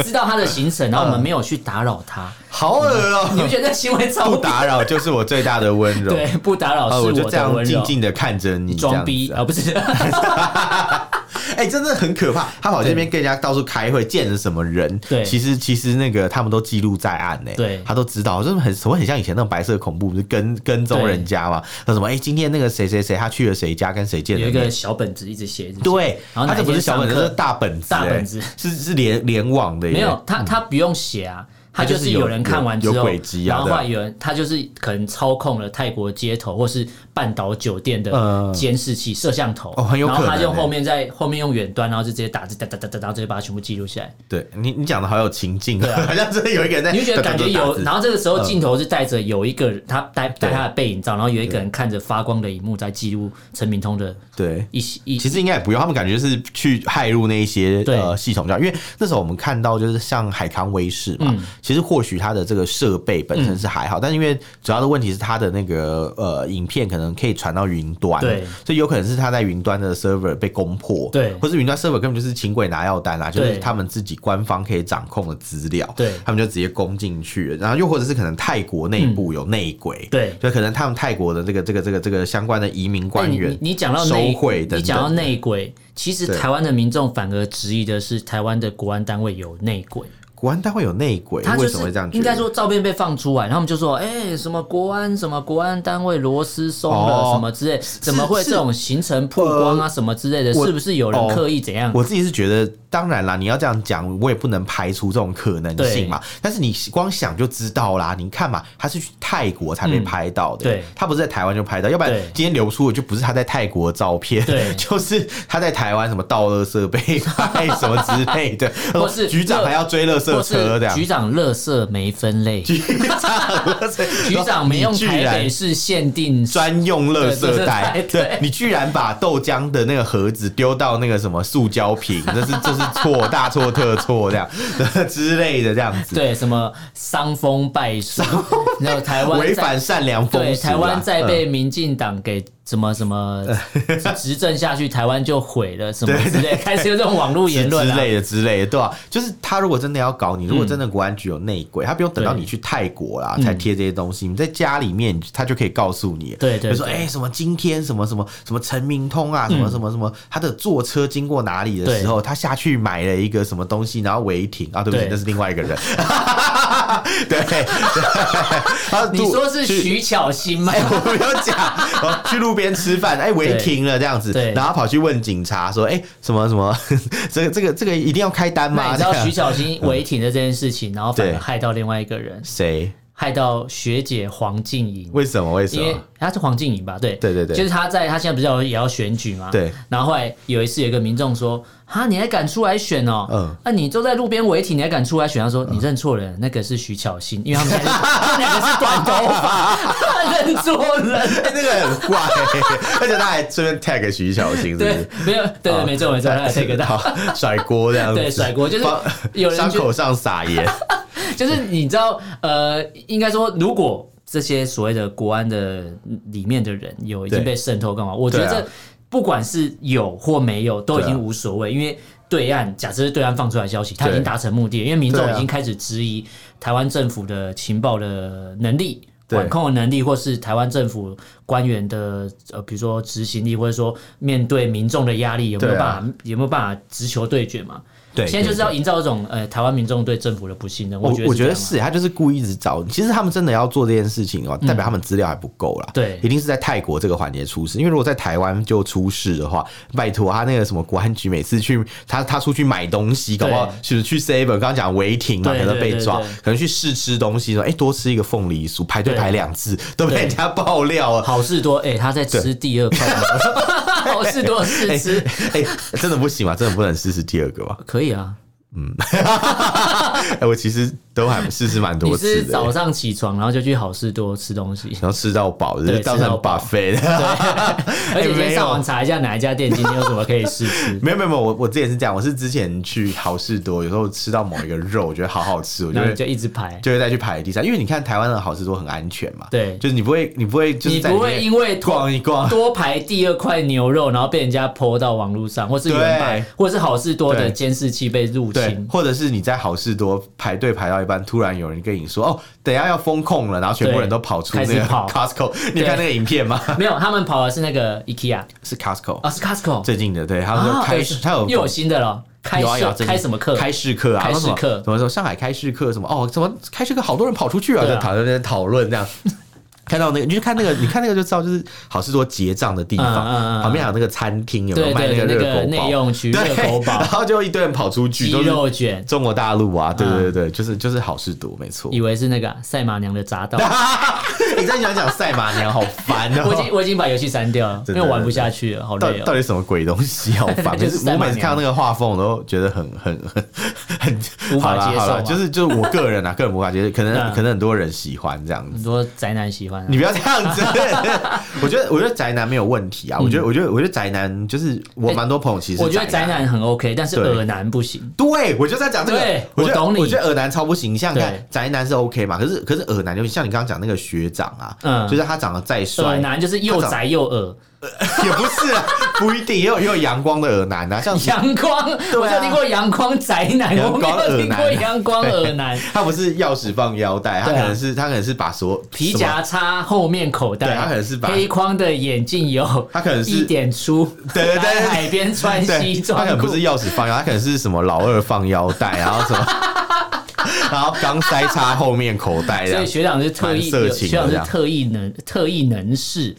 Speaker 2: 知道他的行程，然后我们没有去打扰他，
Speaker 1: 好恶哦、
Speaker 2: 你不觉得这行为超
Speaker 1: 不打扰就是我最大的温柔。
Speaker 2: 对，不打扰
Speaker 1: 啊，我
Speaker 2: 是
Speaker 1: 就
Speaker 2: 我
Speaker 1: 这
Speaker 2: 的
Speaker 1: 样
Speaker 2: 温
Speaker 1: 静
Speaker 2: 柔。
Speaker 1: 静的看着你
Speaker 2: 装逼
Speaker 1: 这
Speaker 2: 啊，
Speaker 1: 样子
Speaker 2: 不 是，
Speaker 1: 啊！哎、真的很可怕。他跑这边跟人家到处开会，见了什么人？
Speaker 2: 对
Speaker 1: 其实其实那个他们都记录在案呢、
Speaker 2: 对
Speaker 1: 他都知道，就是很什么很像以前那种白色恐怖，不是跟跟踪
Speaker 2: 对
Speaker 1: 人家嘛？那什么哎、今天那个谁谁谁他去了谁家跟谁见了
Speaker 2: 有一
Speaker 1: 面
Speaker 2: 个小本子一直写，一直写
Speaker 1: 对，
Speaker 2: 然后
Speaker 1: 他
Speaker 2: 哪
Speaker 1: 这不是
Speaker 2: 天
Speaker 1: 小本子，
Speaker 2: 上课
Speaker 1: 这是大本子、欸，
Speaker 2: 大本子
Speaker 1: 是是联联网的耶，
Speaker 2: 没有他，他不用写啊。他
Speaker 1: 嗯他就
Speaker 2: 就是是
Speaker 1: 有
Speaker 2: 有人看完之
Speaker 1: 有
Speaker 2: 后
Speaker 1: 轨迹，啊
Speaker 2: 然后后来
Speaker 1: 对
Speaker 2: 有人，他就是可能操控了泰国街头或是半岛酒店的
Speaker 1: 嗯
Speaker 2: 监视器、摄像头，
Speaker 1: 哦很有
Speaker 2: 然后
Speaker 1: 可
Speaker 2: 他
Speaker 1: 能
Speaker 2: 用
Speaker 1: 欸
Speaker 2: 后面在后面用远端，然后就直接打字哒哒哒哒，然后直接把它全部记录下来。
Speaker 1: 对你你讲的好有情境，啊 好像真的有一个人在，
Speaker 2: 啊你就觉得感觉有，然
Speaker 1: 后
Speaker 2: 后这个时候镜头是带着有一个人，他带带他的背影照，然后有一个人看着发光的荧幕在记录陈敏通的
Speaker 1: 对。
Speaker 2: 一一
Speaker 1: 其实应该也不用，他们感觉是去害入那一些
Speaker 2: 对
Speaker 1: 呃系统上，因为那时候我们看到就是像海康威视
Speaker 2: 嗯
Speaker 1: 嘛，其实或许它的这个设备本身是还好，但因为主要的问题是它的那个呃影片可能可以传到云端，
Speaker 2: 对
Speaker 1: 所以有可能是它在云端的 server 被攻破，
Speaker 2: 对
Speaker 1: 或是云端 server 根本就是请鬼拿药单啊，就是
Speaker 2: 对
Speaker 1: 他们自己官方可以掌控的资料，
Speaker 2: 对
Speaker 1: 他们就直接攻进去了，然后又或者是可能泰国内部有内鬼，
Speaker 2: 嗯对
Speaker 1: 所以可能他们泰国的这个这个这个这个相关的移民官员，
Speaker 2: 哎你你你讲到
Speaker 1: 收
Speaker 2: 内
Speaker 1: 贿等等
Speaker 2: 你讲到内鬼，其实
Speaker 1: 对
Speaker 2: 台湾的民众反而质疑的是台湾的国安单位有内鬼，
Speaker 1: 国安单位有内鬼，
Speaker 2: 他就
Speaker 1: 为什
Speaker 2: 是
Speaker 1: 么会这样觉得？
Speaker 2: 应该说照片被放出来，然后他们就说，哎、什么国安什么国安单位螺丝松了
Speaker 1: 哦
Speaker 2: 什么之类，怎么会这种行程曝光啊什么之类的，
Speaker 1: 我
Speaker 2: 是不是有人
Speaker 1: 哦
Speaker 2: 刻意怎样？
Speaker 1: 我自己是觉得，当然啦，你要这样讲，我也不能排除这种可能性嘛。但是你光想就知道啦，你看嘛，他是去泰国才被拍到的，
Speaker 2: 嗯对
Speaker 1: 他不是在台湾就拍到，要不然
Speaker 2: 对
Speaker 1: 今天流出的就不是他在泰国的照片，
Speaker 2: 对
Speaker 1: 就是他在台湾什么盗垃圾被拍什么之类的，
Speaker 2: 或 是
Speaker 1: 局长还要追垃圾车
Speaker 2: 或是
Speaker 1: 这样
Speaker 2: 局。长乐色没 分类，
Speaker 1: 局长，
Speaker 2: 局长没用
Speaker 1: 你居
Speaker 2: 台
Speaker 1: 然
Speaker 2: 北市限定
Speaker 1: 专用垃圾袋
Speaker 2: 对，对对
Speaker 1: 对你居然把豆浆的那个盒子丢到那个什么塑胶 瓶，这是这是错，大错特错这样 之类的这样子，
Speaker 2: 对什么伤风败俗，然后台湾
Speaker 1: 违
Speaker 2: 在
Speaker 1: 反善良风
Speaker 2: 对，
Speaker 1: 俗啦。
Speaker 2: 台湾在
Speaker 1: 嗯
Speaker 2: 被民进党给什么什么 执政下去，台湾就毁了什么之类，开始有这种网络言论
Speaker 1: 之
Speaker 2: 啊
Speaker 1: 类的之类的，对吧、就是他如果真的要搞你，如果真的国安局有内鬼，
Speaker 2: 嗯
Speaker 1: 他不用等到
Speaker 2: 对
Speaker 1: 你去泰国啦才贴这些东西，你在家里面他就可以告诉你，
Speaker 2: 对对
Speaker 1: 就说
Speaker 2: 对嗯
Speaker 1: 哎、什么今天什么什么什么陈明通啊，什么什么什么，他的坐车经过哪里的时候，他下去买了一个什么东西，然后违停啊，对不起
Speaker 2: 对，
Speaker 1: 那是另外一个人， 对，对 他
Speaker 2: 你说是
Speaker 1: 去
Speaker 2: 徐巧芯 吗？
Speaker 1: 哎我没有讲，哦去路边吃饭，哎，违停了这样子
Speaker 2: 对，
Speaker 1: 然后跑去问警察说，哎，什么什么， 这个这个这个一定要开单
Speaker 2: 那
Speaker 1: 吗？
Speaker 2: 你知道
Speaker 1: 这样
Speaker 2: 徐巧芯违停的这件事情，然后反而
Speaker 1: 对
Speaker 2: 害到另外一个人，
Speaker 1: 谁？
Speaker 2: 害到学姐黄静莹。
Speaker 1: 为什么？为什
Speaker 2: 因为
Speaker 1: 么？
Speaker 2: 她是黄静莹吧？对，
Speaker 1: 啊对对对
Speaker 2: 就是她在她现在不是要也要选举嘛？
Speaker 1: 对。
Speaker 2: 然后后来有一次有一个民众说：“哈，你还敢出来选哦？
Speaker 1: 嗯
Speaker 2: 那、你都在路边违停，你还敢出来选？”他说：“你认错人，那个是徐巧芯，因为他们 现在是他们两个是短头发， 认错人。”
Speaker 1: 哎，那个很怪， 而且他还顺便 tag 徐小新，是不
Speaker 2: 对
Speaker 1: 是？，
Speaker 2: 没有，对对，
Speaker 1: 哦
Speaker 2: 没错没错，他有这个到，
Speaker 1: 好甩锅这样子，
Speaker 2: 对甩锅就是
Speaker 1: 放
Speaker 2: 有人
Speaker 1: 伤
Speaker 2: 就
Speaker 1: 口上撒盐，
Speaker 2: 就是你知道，呃，应该说，如果这些所谓的国安的里面的人有已经
Speaker 1: 对
Speaker 2: 被渗透干嘛？我觉得
Speaker 1: 对啊
Speaker 2: 这不管是有或没有，都已
Speaker 1: 对
Speaker 2: 经
Speaker 1: 啊
Speaker 2: 无所谓，因为对岸，假设是对岸放出来的消息，他已经
Speaker 1: 对
Speaker 2: 达成目的了，因为民众
Speaker 1: 对啊
Speaker 2: 已经开始质疑台湾政府的情报的能力。
Speaker 1: 对
Speaker 2: 管控的能力，或是台湾政府官员的呃，比如说执行力，或者说面对民众的压力，有没有
Speaker 1: 对
Speaker 2: 办
Speaker 1: 啊
Speaker 2: 法、有没有办法直球对决嘛？
Speaker 1: 对，
Speaker 2: 现在就是
Speaker 1: 对
Speaker 2: 要营造一种呃，台湾民众对政府的不信任。
Speaker 1: 我
Speaker 2: 觉得，我
Speaker 1: 觉得，是，他就是故意一直找你。其实他们真的要做这件事情哦，代表他们资料还不够啦。
Speaker 2: 嗯对
Speaker 1: 一定是在泰国这个环节出事，因为如果在台湾就出事的话，拜托他那个什么国安局每次去他他出去买东西，搞不好
Speaker 2: 对
Speaker 1: 是不是去 seven 刚刚讲违停嘛，
Speaker 2: 对
Speaker 1: 可能
Speaker 2: 对
Speaker 1: 被
Speaker 2: 对
Speaker 1: 抓
Speaker 2: 对，
Speaker 1: 可能去试吃东西说，哎，多吃一个凤梨酥，排队
Speaker 2: 对
Speaker 1: 排两次都被人家爆料了。
Speaker 2: 好事多，哎、他在吃第二块， 好事多的试吃，
Speaker 1: 哎、真的不行吗？真的不能试试第二个吗？
Speaker 2: 可以啊。
Speaker 1: 哎、我其实都还试试蛮
Speaker 2: 你
Speaker 1: 多次
Speaker 2: 是
Speaker 1: 的、，
Speaker 2: 早上起床，然后就去好事多吃东西
Speaker 1: 然后吃到饱，就是
Speaker 2: 对
Speaker 1: 当
Speaker 2: 吃
Speaker 1: 成
Speaker 2: 到饱
Speaker 1: buffet 的。
Speaker 2: 而且
Speaker 1: 哎没
Speaker 2: 先
Speaker 1: 有。
Speaker 2: 上网查一下哪一家店今天有什么可以试吃
Speaker 1: 没有没有没有，我我之前是这样，我是之前去好事多，有时候吃到某一个肉，我觉得好好 吃，我就
Speaker 2: 然后
Speaker 1: 会
Speaker 2: 你就一直排，
Speaker 1: 就会再去排第三，因为你看台湾的好事多很安全嘛，
Speaker 2: 对
Speaker 1: 就是你不会你不会就是
Speaker 2: 你
Speaker 1: 在里
Speaker 2: 不
Speaker 1: 面
Speaker 2: 会因为多
Speaker 1: 逛一逛，
Speaker 2: 多排第二块牛肉，然后被人家泼到网络上，或是有人买
Speaker 1: 对，
Speaker 2: 或者是好事多的
Speaker 1: 对
Speaker 2: 监视器被入
Speaker 1: 对
Speaker 2: 侵，，
Speaker 1: 或者是你在好事多排队排到一半，突然有人跟你说哦，等一下要封控了，然后全部人都跑出那
Speaker 2: 开
Speaker 1: 个
Speaker 2: 始跑
Speaker 1: Costco，你有看那个影片吗？
Speaker 2: 没有，他们跑的是那个 IKEA
Speaker 1: 是 Costco、
Speaker 2: 啊，是 Costco
Speaker 1: 最近的，对，他们就开
Speaker 2: 啊对
Speaker 1: 始，他有
Speaker 2: 又有新的了，开
Speaker 1: 有啊有啊
Speaker 2: 社
Speaker 1: 最近
Speaker 2: 开什么课？
Speaker 1: 开市课啊，
Speaker 2: 开市
Speaker 1: 什么
Speaker 2: 课
Speaker 1: 什么时候上海开市课什么哦，怎么开市课好多人跑出去啊，
Speaker 2: 对啊
Speaker 1: 在讨论在讨论 这样。看到那个，你就看那个，你看那个就知道，就是好事多结账的地方，
Speaker 2: 嗯嗯嗯嗯
Speaker 1: 旁边还有那个餐厅，有没有
Speaker 2: 对
Speaker 1: 卖
Speaker 2: 对
Speaker 1: 个
Speaker 2: 对，那
Speaker 1: 热
Speaker 2: 个
Speaker 1: 狗
Speaker 2: 内
Speaker 1: 堡？
Speaker 2: 用区
Speaker 1: 对，
Speaker 2: 热狗堡
Speaker 1: 然、后就一堆人跑出去，
Speaker 2: 鸡
Speaker 1: 都是
Speaker 2: 肉卷，
Speaker 1: 中国大陆啊，对
Speaker 2: 嗯
Speaker 1: 对对对，就是就是好事多，没错。
Speaker 2: 以为是那个啊赛马娘的匝
Speaker 1: 啊
Speaker 2: 道。
Speaker 1: 你再讲讲赛马娘，好烦
Speaker 2: 我
Speaker 1: 哦
Speaker 2: 已经。我已经把游戏删掉了，因
Speaker 1: 真的
Speaker 2: 为玩不下去了，好
Speaker 1: 到
Speaker 2: 累
Speaker 1: 到
Speaker 2: 哦。
Speaker 1: 底什么鬼东西？ 好烦！
Speaker 2: 就
Speaker 1: 就是是
Speaker 2: 赛
Speaker 1: 我
Speaker 2: 马
Speaker 1: 每次看
Speaker 2: 娘
Speaker 1: 到那个画风，我都觉得很很很很
Speaker 2: 无法
Speaker 1: 好啦
Speaker 2: 接
Speaker 1: 好啦
Speaker 2: 受啊
Speaker 1: 就是就是我个人啊，个人无法接受，可能
Speaker 2: 嗯
Speaker 1: 可能很多人喜欢这样子。
Speaker 2: 很多宅男喜欢啊，
Speaker 1: 你不要这样子，我觉得我觉得宅男没有问题啊。我觉得我觉得我觉得宅男就是我蛮多朋友其实
Speaker 2: 嗯哎我觉得
Speaker 1: 是
Speaker 2: 宅男很 OK，但是
Speaker 1: 对
Speaker 2: 耳男不行。
Speaker 1: 对，我就在讲这个
Speaker 2: 对。
Speaker 1: 觉得
Speaker 2: 我懂你
Speaker 1: 我觉得耳男超不行。像看
Speaker 2: 对
Speaker 1: 宅男是 OK 嘛，可是可是耳男，就像你刚刚讲那个学长啊，
Speaker 2: 嗯
Speaker 1: 就是他长得再帅
Speaker 2: 耳，男就是又宅又耳，
Speaker 1: 也不是啊，不一定，也有也有阳光的耳男啊，像
Speaker 2: 阳光，我就听过 阳光宅男，
Speaker 1: 阳
Speaker 2: 我没
Speaker 1: 光
Speaker 2: 有听过
Speaker 1: 耳男
Speaker 2: 阳光耳男，
Speaker 1: 他不是钥匙放腰带，他
Speaker 2: 对
Speaker 1: 可
Speaker 2: 啊
Speaker 1: 能是他可能是把所
Speaker 2: 皮，夹插后面口
Speaker 1: 什么对，
Speaker 2: 袋，
Speaker 1: 他可能是把
Speaker 2: 黑框的眼镜有，
Speaker 1: 他可能
Speaker 2: 一
Speaker 1: 是。
Speaker 2: 点出，
Speaker 1: 对对对
Speaker 2: 来海边穿
Speaker 1: 对，他可
Speaker 2: 西装
Speaker 1: 能不
Speaker 2: 裤
Speaker 1: 是，钥匙放腰，他可能是什么老二放腰 带，然后什么，然后钢塞插后面口袋这
Speaker 2: 所以
Speaker 1: 样。
Speaker 2: 学长是特
Speaker 1: 蛮
Speaker 2: 意，
Speaker 1: 色
Speaker 2: 有
Speaker 1: 情的
Speaker 2: 学长
Speaker 1: 这
Speaker 2: 是
Speaker 1: 样
Speaker 2: 特意能特意能事，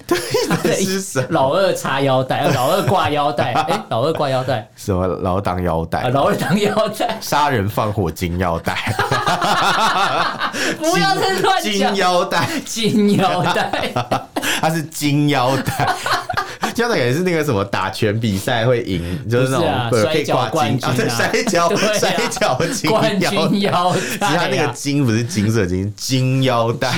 Speaker 1: 这 是什么
Speaker 2: 老二插 腰带，呃老二挂腰带，哎，老二挂腰带，
Speaker 1: 什么老当腰
Speaker 2: 啊，
Speaker 1: 带，
Speaker 2: 老二当腰 带，
Speaker 1: 杀人放火金腰带，
Speaker 2: 不要再乱
Speaker 1: 金
Speaker 2: 讲，
Speaker 1: 腰带，
Speaker 2: 金腰 带，
Speaker 1: 他是金腰带。 金腰带也是那个什么打拳比赛会赢，就是那
Speaker 2: 不是
Speaker 1: 种
Speaker 2: 啊
Speaker 1: 对
Speaker 2: 摔
Speaker 1: 可以
Speaker 2: 跤
Speaker 1: 挂金
Speaker 2: 冠军啊
Speaker 1: 对摔跤
Speaker 2: 对啊
Speaker 1: 摔跤金
Speaker 2: 冠
Speaker 1: 腰带
Speaker 2: 军腰带
Speaker 1: 其
Speaker 2: 啊，
Speaker 1: 实它那个金不是金色金，金腰带啊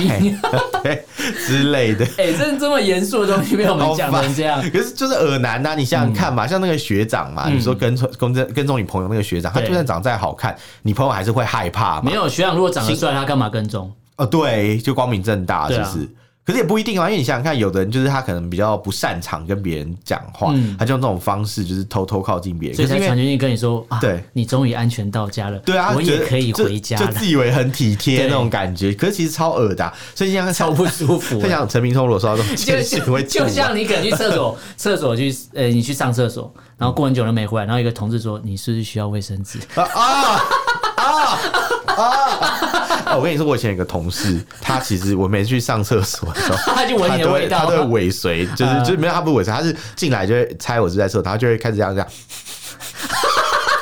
Speaker 1: 对之类的。
Speaker 2: 哎、这这么严肃的东西被我们讲成这样
Speaker 1: 好，烦可是就是耳男啊呐、你想想
Speaker 2: 嗯
Speaker 1: 看嘛，像那个学长嘛，你说跟踪跟踪跟踪你朋友那个学长，他
Speaker 2: 对
Speaker 1: 就算长再好看，你朋友还是会害怕嘛
Speaker 2: 没。有学长如果长得帅，他干嘛跟踪？
Speaker 1: 哦，对，就光明正大，
Speaker 2: 对
Speaker 1: 是
Speaker 2: 啊
Speaker 1: 不是？可是也不一定啊，因为你想想看，有的人就是他可能比较不擅长跟别人讲话，
Speaker 2: 嗯
Speaker 1: 他就用这种方式就是偷偷靠近别人。
Speaker 2: 所以
Speaker 1: 可
Speaker 2: 才
Speaker 1: 是因为
Speaker 2: 传讯息跟你说，啊、
Speaker 1: 对，
Speaker 2: 你终于安全到家了，
Speaker 1: 对啊，他
Speaker 2: 我
Speaker 1: 觉
Speaker 2: 也
Speaker 1: 得
Speaker 2: 可以
Speaker 1: 就
Speaker 2: 回家
Speaker 1: 就
Speaker 2: 了，
Speaker 1: 自以为很体贴
Speaker 2: 对
Speaker 1: 那种感觉，可是其实超恶的啊、所以你想想看
Speaker 2: 超不舒 服
Speaker 1: 分
Speaker 2: 啊。
Speaker 1: 享陈明通如果收到这种
Speaker 2: 就
Speaker 1: 简讯会
Speaker 2: 就
Speaker 1: 吐啊
Speaker 2: 就像你可能去厕所，厕所去，呃，你去上厕所，然后过很久都没回来，然后一个同事说你是不是需要卫生纸？
Speaker 1: 啊啊啊啊！我跟你说，我以前有个同事，他其实我每次去上厕所的时候。
Speaker 2: 他就闻
Speaker 1: 他
Speaker 2: 你
Speaker 1: 都
Speaker 2: 的
Speaker 1: 会，
Speaker 2: 味
Speaker 1: 他
Speaker 2: 道
Speaker 1: 都，会尾随，就是
Speaker 2: 嗯
Speaker 1: 就是没有，他不是尾随，他是进来就会猜我是在厕所，他就会开始这样这样。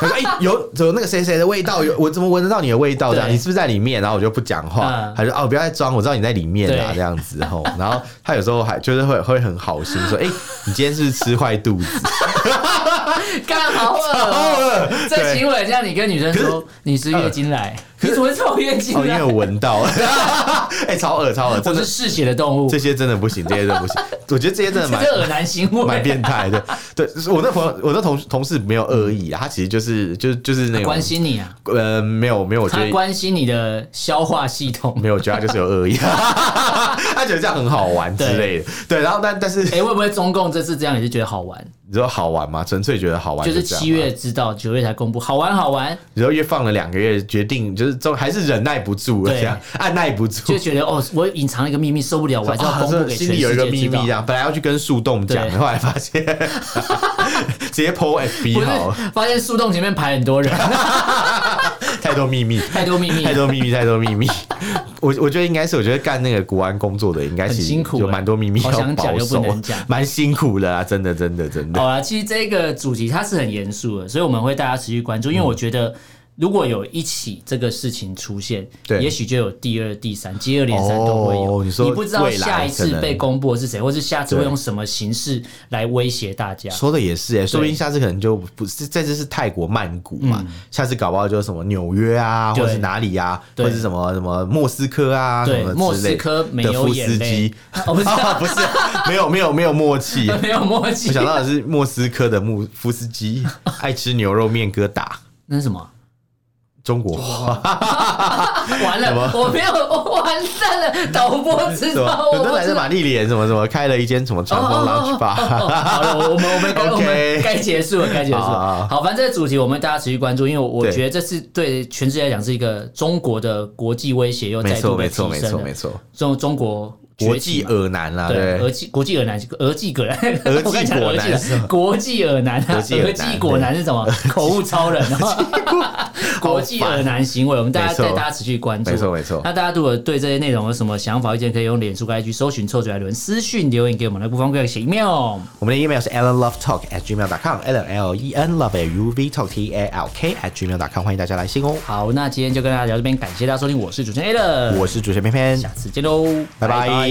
Speaker 1: 他说：“哎、有有那个谁谁的味道，有我怎么闻得到你的味道？这样
Speaker 2: 对
Speaker 1: 你是不是在里面？”然后我就不讲话，
Speaker 2: 嗯
Speaker 1: 他就哦，不要再装，我知道你在里面啊，
Speaker 2: 对
Speaker 1: 这样子吼。然后他有时候还就是会会很好心说：“哎、你今天是不是吃坏肚子？”
Speaker 2: 哦 干好恶哦、这行为很像你跟女生说你是月经来，你怎么会抽烟进
Speaker 1: 呃 哦，因
Speaker 2: 来
Speaker 1: 为？我闻 到了，哎、超恶超恶，
Speaker 2: 我
Speaker 1: 真的
Speaker 2: 是嗜血的动物，
Speaker 1: 这些真的不行，这些真的不行，我觉得这些真的
Speaker 2: 这
Speaker 1: 蛮
Speaker 2: 是恶男行
Speaker 1: 蛮
Speaker 2: 为，
Speaker 1: 变态的。对，就是我那朋友，我那同同事没有恶意啊，他其实就是就是就是那种
Speaker 2: 关，心你啊，
Speaker 1: 呃，没有没有，我觉
Speaker 2: 他
Speaker 1: 得
Speaker 2: 关心你的消化系统。
Speaker 1: 没有，我觉得他就是有恶意， 他觉得这样很好玩之类的。对，然后但但是
Speaker 2: 哎、会不会中共这次这样也是觉得好玩？
Speaker 1: 你说好玩吗？纯粹觉得好玩，
Speaker 2: 就是
Speaker 1: 这样啊
Speaker 2: 七
Speaker 1: 吗，
Speaker 2: 月知道，九月才公布，好玩好玩，
Speaker 1: 然后越放了两个月，决定就是终还是忍耐不住了，
Speaker 2: 对
Speaker 1: 这样按耐不住
Speaker 2: 就。觉得哦，我隐藏了一个秘密，受不了，我还是要
Speaker 1: 啊
Speaker 2: 公布
Speaker 1: 这
Speaker 2: 给
Speaker 1: 心
Speaker 2: 全
Speaker 1: 里有一
Speaker 2: 世
Speaker 1: 个
Speaker 2: 界
Speaker 1: 秘
Speaker 2: 知道
Speaker 1: 密。啊，本来要去跟树洞讲，
Speaker 2: 对
Speaker 1: 后来发现直接 PO
Speaker 2: 不
Speaker 1: FB 好了，
Speaker 2: 是，发现树洞前面排很多人，
Speaker 1: 太多秘密，
Speaker 2: 太多秘密
Speaker 1: 太。 多秘密，太多秘密。我我觉得应该是，我觉得干那个国安工作的，应该
Speaker 2: 很
Speaker 1: 是
Speaker 2: 辛苦
Speaker 1: 有
Speaker 2: 欸
Speaker 1: 蛮多秘密
Speaker 2: 好
Speaker 1: 要
Speaker 2: 想讲
Speaker 1: 保
Speaker 2: 又不
Speaker 1: 守
Speaker 2: 能讲，哦
Speaker 1: 蛮辛苦的啊！真的，真的，真的。
Speaker 2: 好啦，其实这个主题它是很严肃的，所以我们会大家持续关
Speaker 1: 嗯
Speaker 2: 注，因为我觉得。如果有一起这个事情出现，
Speaker 1: 对
Speaker 2: 也许就有第二、第三，接二连三都会有。
Speaker 1: 哦你说
Speaker 2: 不知道
Speaker 1: 未来
Speaker 2: 下一
Speaker 1: 可
Speaker 2: 次
Speaker 1: 能
Speaker 2: 被公布的是谁，或是下次会
Speaker 1: 对
Speaker 2: 用什么形式来威胁大家。
Speaker 1: 说的也是哎、说不定下次可能就不是这次是泰国曼谷嘛，下次搞不好就是什么纽约啊，
Speaker 2: 嗯对
Speaker 1: 或是哪里啊，
Speaker 2: 对
Speaker 1: 或是什么什么莫斯科啊，
Speaker 2: 对
Speaker 1: 什么之类
Speaker 2: 莫斯科没有
Speaker 1: 的夫
Speaker 2: 眼
Speaker 1: 斯
Speaker 2: 泪
Speaker 1: 基，
Speaker 2: 哦不是
Speaker 1: 啊不是，没有没有没有默契。
Speaker 2: 没有默契
Speaker 1: 我。想到的是莫斯科的穆夫斯基，爱吃牛肉面疙瘩，
Speaker 2: 那是什么？
Speaker 1: 中国话。
Speaker 2: 完了，我没有， 我完蛋了，导播知
Speaker 1: 什么
Speaker 2: 道？我
Speaker 1: 伦敦
Speaker 2: 不
Speaker 1: 来
Speaker 2: 知
Speaker 1: 的
Speaker 2: 道。
Speaker 1: 玛丽莲什么什么开了一间什么传统 lounge
Speaker 2: 哦
Speaker 1: bar，
Speaker 2: 好了，我们我们该
Speaker 1: OK
Speaker 2: 我们该结束了，该结束
Speaker 1: 好好
Speaker 2: 了。
Speaker 1: 好
Speaker 2: 好，反正这个主题我们大家持续关注，因为我我
Speaker 1: 对
Speaker 2: 觉得这是对全世界来讲是一个中国的国际威胁 又
Speaker 1: 没
Speaker 2: 再
Speaker 1: 错
Speaker 2: 度
Speaker 1: 没
Speaker 2: 被提
Speaker 1: 错
Speaker 2: 升
Speaker 1: 没错
Speaker 2: 了
Speaker 1: 没错，
Speaker 2: 中中国
Speaker 1: 国
Speaker 2: 崛起
Speaker 1: 际
Speaker 2: 嘛
Speaker 1: 耳男啦，
Speaker 2: 啊对，俄
Speaker 1: 啊对，
Speaker 2: 际国际尔南，俄际葛南，
Speaker 1: 俄
Speaker 2: 我刚才讲
Speaker 1: 国
Speaker 2: 俄
Speaker 1: 男
Speaker 2: 的
Speaker 1: 是吗
Speaker 2: 国际尔南啊，
Speaker 1: 俄际尔
Speaker 2: 俄
Speaker 1: 男
Speaker 2: 际果男 是什么？口误超人哦， 国际尔南行为，我们大家
Speaker 1: 没错
Speaker 2: 带大家持续关注，
Speaker 1: 没错没错
Speaker 2: 那大家如果对这些内容有什么想法、意见，可以用脸书、IG 搜寻“臭嘴艾伦”私讯留言给我们，那不妨可以写 email。
Speaker 1: 我们的 email 是 allenlovetalk at gmail.com，l l e n love l u v talk t a l k at gmail.com，欢迎大家来信哦。
Speaker 2: 好，那今天就跟大家聊这边，感谢大家收听，我是主持人 a l
Speaker 1: 我是主持人偏偏，
Speaker 2: 下次见喽，
Speaker 1: 拜拜。